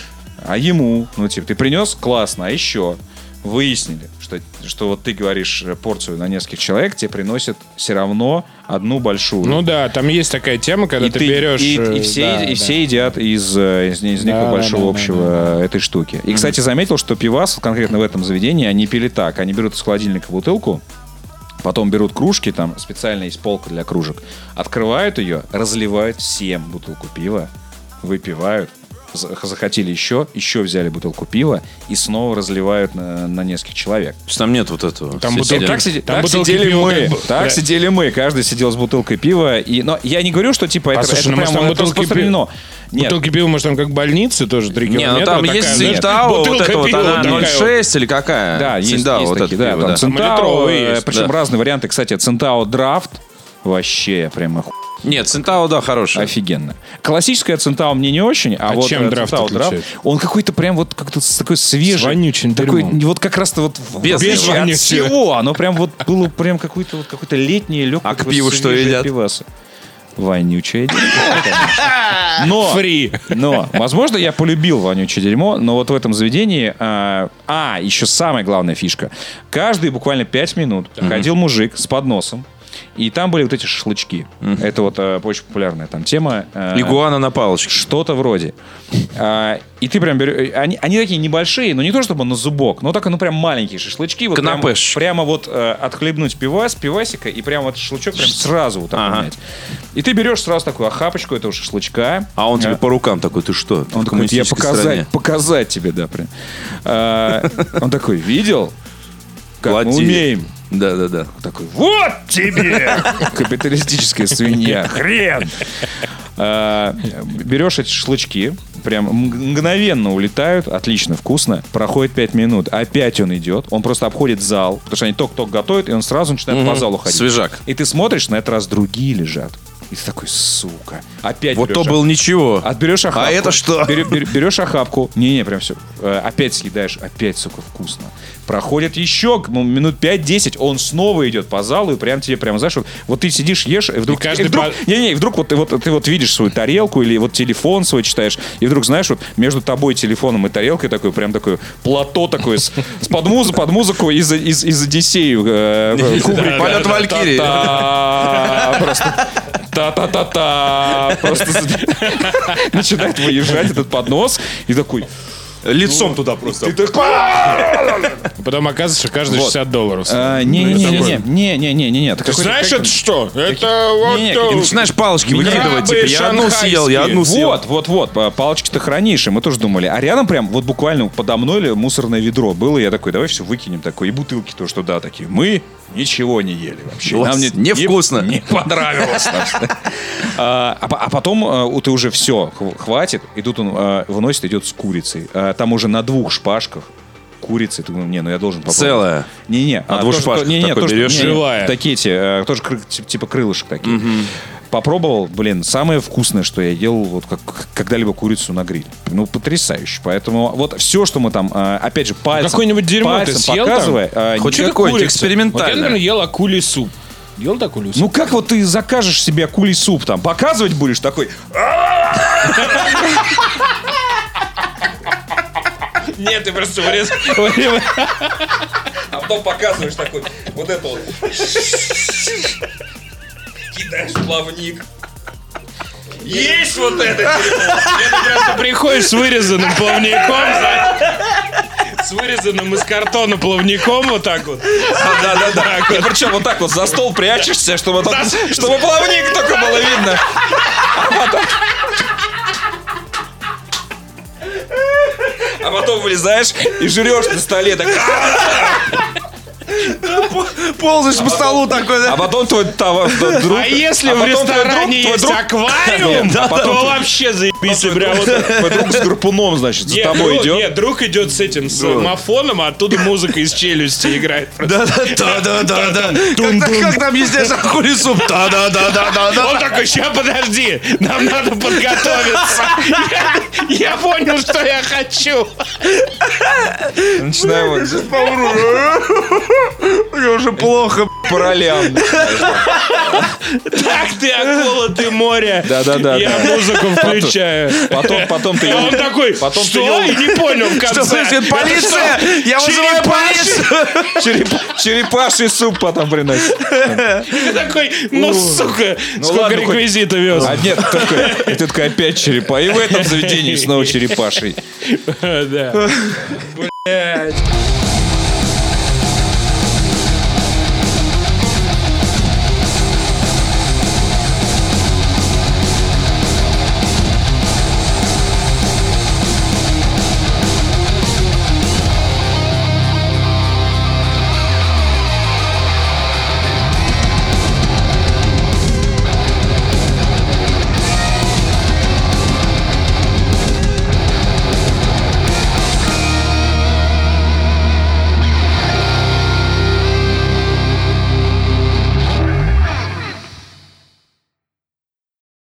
[SPEAKER 1] а ему, ну типа, ты принес, классно, а еще выяснили, что, что вот ты говоришь э, порцию на нескольких человек, тебе приносят все равно одну большую.
[SPEAKER 2] Ну да, там есть такая тема, когда ты,
[SPEAKER 1] ты-
[SPEAKER 2] берешь...
[SPEAKER 1] и,
[SPEAKER 2] э,
[SPEAKER 1] и все,
[SPEAKER 2] да,
[SPEAKER 1] и
[SPEAKER 2] да.
[SPEAKER 1] все едят из, э, из, из некого
[SPEAKER 2] Да, да,
[SPEAKER 1] большого
[SPEAKER 2] да, да,
[SPEAKER 1] общего э, этой штуки. И, кстати, заметил, что пивас вот конкретно в этом заведении они пили так. Они берут из холодильника бутылку, потом берут кружки, там специально есть полка для кружек, открывают ее, разливают всем бутылку пива, выпивают, за- захотели еще, еще взяли бутылку пива и снова разливают на, на нескольких человек.
[SPEAKER 3] То есть Там нет вот этого.
[SPEAKER 2] Там
[SPEAKER 3] Все
[SPEAKER 2] бутылка.
[SPEAKER 3] сидят.
[SPEAKER 1] Так, сиди-
[SPEAKER 2] Там
[SPEAKER 1] так
[SPEAKER 2] бутылки
[SPEAKER 1] сидели
[SPEAKER 2] пива
[SPEAKER 1] мы.
[SPEAKER 2] как бы-
[SPEAKER 1] Так
[SPEAKER 2] да.
[SPEAKER 1] сидели мы. Каждый сидел с бутылкой пива. И, но я не говорю, что типа это,
[SPEAKER 2] слушай,
[SPEAKER 1] это
[SPEAKER 2] ну,
[SPEAKER 1] прям
[SPEAKER 2] может, там
[SPEAKER 1] это
[SPEAKER 2] бутылки
[SPEAKER 1] распространено. Нет,
[SPEAKER 2] Бутылки пива, может, там как больницы тоже три
[SPEAKER 3] Не,
[SPEAKER 2] километра.
[SPEAKER 3] ну там есть
[SPEAKER 2] такая, знаешь,
[SPEAKER 3] Синтао, вот
[SPEAKER 2] бутылка
[SPEAKER 3] это вот,
[SPEAKER 2] пива
[SPEAKER 3] она
[SPEAKER 2] такая вот.
[SPEAKER 3] 0,6 или какая?
[SPEAKER 1] да, есть,
[SPEAKER 3] Синтао,
[SPEAKER 1] есть
[SPEAKER 3] вот
[SPEAKER 1] такие,
[SPEAKER 3] это
[SPEAKER 1] да,
[SPEAKER 3] пиво,
[SPEAKER 1] там
[SPEAKER 3] да.
[SPEAKER 1] Центао,
[SPEAKER 2] Литровые
[SPEAKER 1] э,
[SPEAKER 2] есть,
[SPEAKER 1] причем
[SPEAKER 3] да.
[SPEAKER 1] разные варианты, кстати, Центао Драфт, вообще прям оху-
[SPEAKER 3] Нет, Центао, да, хорошая.
[SPEAKER 1] офигенно. Классическая Центао мне не очень, а,
[SPEAKER 2] А
[SPEAKER 1] вот
[SPEAKER 2] чем
[SPEAKER 1] э,
[SPEAKER 2] драфт
[SPEAKER 1] Центао Драфт,
[SPEAKER 2] отличается?
[SPEAKER 1] он какой-то прям вот как-то с такой свежий.
[SPEAKER 2] С вонючим
[SPEAKER 1] такой,
[SPEAKER 2] дерьмом.
[SPEAKER 1] Вот как раз-то вот в-
[SPEAKER 3] Без
[SPEAKER 1] вообще
[SPEAKER 2] вонючего.
[SPEAKER 1] от всего. Оно прям вот было прям какое-то вот какое-то летнее, легкое.
[SPEAKER 3] А к пиву что едят?
[SPEAKER 1] Пиваса. Вонючее дерьмо, конечно. Но
[SPEAKER 2] Фри.
[SPEAKER 1] Но, возможно, я полюбил вонючее дерьмо, но вот в этом заведении... А, а, еще самая главная фишка. Каждые буквально 5 минут ходил мужик с подносом, и там были вот эти шашлычки. Это вот э, очень популярная там тема. Э,
[SPEAKER 3] Игуана на палочке.
[SPEAKER 1] что-то вроде. А, и ты прям берешь... Они, они такие небольшие, но не то чтобы на зубок, но так, ну, прям маленькие шашлычки. Вот прям-
[SPEAKER 3] Канапешечки.
[SPEAKER 1] прямо вот э, отхлебнуть пивас, пивасика, и прям вот шашлычок прям сразу вот так
[SPEAKER 3] Ага.
[SPEAKER 1] понять. И ты берешь сразу такую охапочку этого шашлычка.
[SPEAKER 3] А он тебе
[SPEAKER 1] А.
[SPEAKER 3] по рукам такой, ты что? ты
[SPEAKER 1] Он такой,
[SPEAKER 3] в
[SPEAKER 1] я
[SPEAKER 3] коммунистической
[SPEAKER 1] показать,
[SPEAKER 3] стране».
[SPEAKER 1] показать тебе, да, прям. А, он такой, видел? Как мы
[SPEAKER 3] Плати.
[SPEAKER 1] умеем.
[SPEAKER 3] Да-да-да.
[SPEAKER 1] Такой, вот тебе! Капиталистическая свинья. Хрен! А, Берешь эти шашлычки, прям мг- мгновенно улетают, отлично, вкусно. Проходит 5 минут, опять он идет, он просто обходит зал, потому что они ток-ток готовят, и он сразу начинает по залу ходить.
[SPEAKER 3] Свежак.
[SPEAKER 1] И ты смотришь, на этот раз другие лежат. И ты такой, сука, опять
[SPEAKER 3] Вот то
[SPEAKER 1] берешь
[SPEAKER 3] был ничего.
[SPEAKER 1] Отберешь охапку.
[SPEAKER 3] А это что?
[SPEAKER 1] Бере- бере- берешь охапку. Не-не, прям все. Опять съедаешь. Опять, сука, вкусно. Проходит еще ну, минут 5-10. Он снова идет по залу и прям тебе прям, знаешь, вот, вот ты сидишь, ешь, и вдруг...
[SPEAKER 2] И каждый
[SPEAKER 1] и вдруг
[SPEAKER 2] по-
[SPEAKER 1] Не-не, и вдруг вот, ты вот ты вот видишь свою тарелку или вот телефон свой читаешь, и вдруг, знаешь, вот между тобой, телефоном и тарелкой такой прям такое плато такое с, с под, музы- под музыку из, из, из Одиссеи. э, Кубрик.
[SPEAKER 3] Полет Валькирии.
[SPEAKER 1] Та-та, Просто та-та-та-та. Просто начинает выезжать этот поднос и такой...
[SPEAKER 5] Лицом туда просто.
[SPEAKER 6] Потом оказывается, что каждый 60 долларов.
[SPEAKER 1] А,
[SPEAKER 6] Ну, и такой.
[SPEAKER 1] Не-не-не-не-не.
[SPEAKER 6] Ты Знаешь, это что? Это вот...
[SPEAKER 1] Не-не,
[SPEAKER 6] э,
[SPEAKER 3] И начинаешь палочки
[SPEAKER 6] Меня
[SPEAKER 3] выкидывать,
[SPEAKER 6] бы
[SPEAKER 3] типа, я одну
[SPEAKER 6] шанхайские.
[SPEAKER 3] съел, я одну съел.
[SPEAKER 1] Вот, вот, вот, а, палочки-то хранишь, и мы тоже думали. А рядом прям, вот буквально подо мной ли мусорное ведро было, и я такой, давай все выкинем такое, и бутылки то, что да, такие. Мы ничего не ели вообще.
[SPEAKER 3] Нам
[SPEAKER 1] Нам
[SPEAKER 3] не- невкусно.
[SPEAKER 1] Не, понравилось нам. А а по- а потом а, у- ты уже все, хватит, и тут он а, выносит, идет с курицей. А, Там уже на двух шпажках курицы, ты думаешь, не, ну я должен попробовать.
[SPEAKER 3] Целая?
[SPEAKER 1] Не-не. а
[SPEAKER 3] двух
[SPEAKER 1] то, что-
[SPEAKER 3] шпажках
[SPEAKER 1] не-не,
[SPEAKER 3] такой
[SPEAKER 1] то, что-
[SPEAKER 3] берешь?
[SPEAKER 1] не-не,
[SPEAKER 6] Живая.
[SPEAKER 1] Такие те, э, тоже кры- тип- типа крылышек такие. Попробовал, блин, самое вкусное, что я делал, вот как когда-либо курицу на гриль. Ну, потрясающе. Поэтому вот все, что мы там, э, опять же, пальцем,
[SPEAKER 6] Какое-нибудь дерьмо
[SPEAKER 1] пальцем
[SPEAKER 6] ты съел там?
[SPEAKER 1] показывая, э,
[SPEAKER 3] Хоть
[SPEAKER 1] не-
[SPEAKER 6] чё ты
[SPEAKER 3] какое-нибудь
[SPEAKER 6] курица?
[SPEAKER 3] экспериментальное.
[SPEAKER 6] Вот я, наверное, ел акулий суп. Ел так акулий суп?
[SPEAKER 1] Ну как вот ты закажешь себе акулий суп там? Показывать будешь такой?
[SPEAKER 6] нет, ты просто
[SPEAKER 1] А потом показываешь такой, вот это вот. Кидаешь плавник.
[SPEAKER 6] Есть вот это Ты приходишь с вырезанным плавником, знаешь, с вырезанным из картона плавником вот так вот.
[SPEAKER 1] Да, да, да. А, И причем вот так вот за стол прячешься, чтобы, там- чтобы плавник только было видно. А потом... А потом вылезаешь и жрешь на столе. Так...
[SPEAKER 3] Ну, Ползаешь по столу такой,
[SPEAKER 1] А потом твой товар, друг...
[SPEAKER 6] А если
[SPEAKER 1] а
[SPEAKER 6] в
[SPEAKER 1] потом твой
[SPEAKER 6] ресторане
[SPEAKER 1] друг- твой
[SPEAKER 6] есть
[SPEAKER 1] друг-
[SPEAKER 6] аквариум,
[SPEAKER 1] Да, потом
[SPEAKER 6] то
[SPEAKER 1] твой- А
[SPEAKER 6] вообще заебись. и прям вот так.
[SPEAKER 1] Твой друг с гарпуном, значит, за
[SPEAKER 6] Нет, ну,
[SPEAKER 1] тобой
[SPEAKER 6] друг-
[SPEAKER 1] идет.
[SPEAKER 6] Нет, друг идет с этим, с мафоном, а оттуда музыка из челюсти играет.
[SPEAKER 3] Да-да-да-да-да. Как там ездишь ахули суп? Да-да-да-да-да.
[SPEAKER 6] Он такой, ща подожди, нам надо подготовиться. Я- Я понял, что я хочу.
[SPEAKER 1] Начинаю вот
[SPEAKER 3] Мне уже плохо.
[SPEAKER 1] по ролям.
[SPEAKER 6] Так ты, акула, ты море.
[SPEAKER 1] Да-да-да,
[SPEAKER 6] Я
[SPEAKER 1] да.
[SPEAKER 6] музыку включаю.
[SPEAKER 1] Потом, потом ты...
[SPEAKER 6] И он такой,
[SPEAKER 1] Потом ты
[SPEAKER 6] что? И
[SPEAKER 1] ел-
[SPEAKER 6] не понял в конце.
[SPEAKER 3] Что слышит? Полиция! Я вызываю полицию!
[SPEAKER 1] череп- Черепаший суп потом приносит.
[SPEAKER 6] Ты такой, ну, сука, сколько
[SPEAKER 1] ладно, хоть-
[SPEAKER 6] реквизита вез.
[SPEAKER 1] А нет, такой, и ты такой опять черепа. И в этом заведении снова черепаший.
[SPEAKER 6] Да.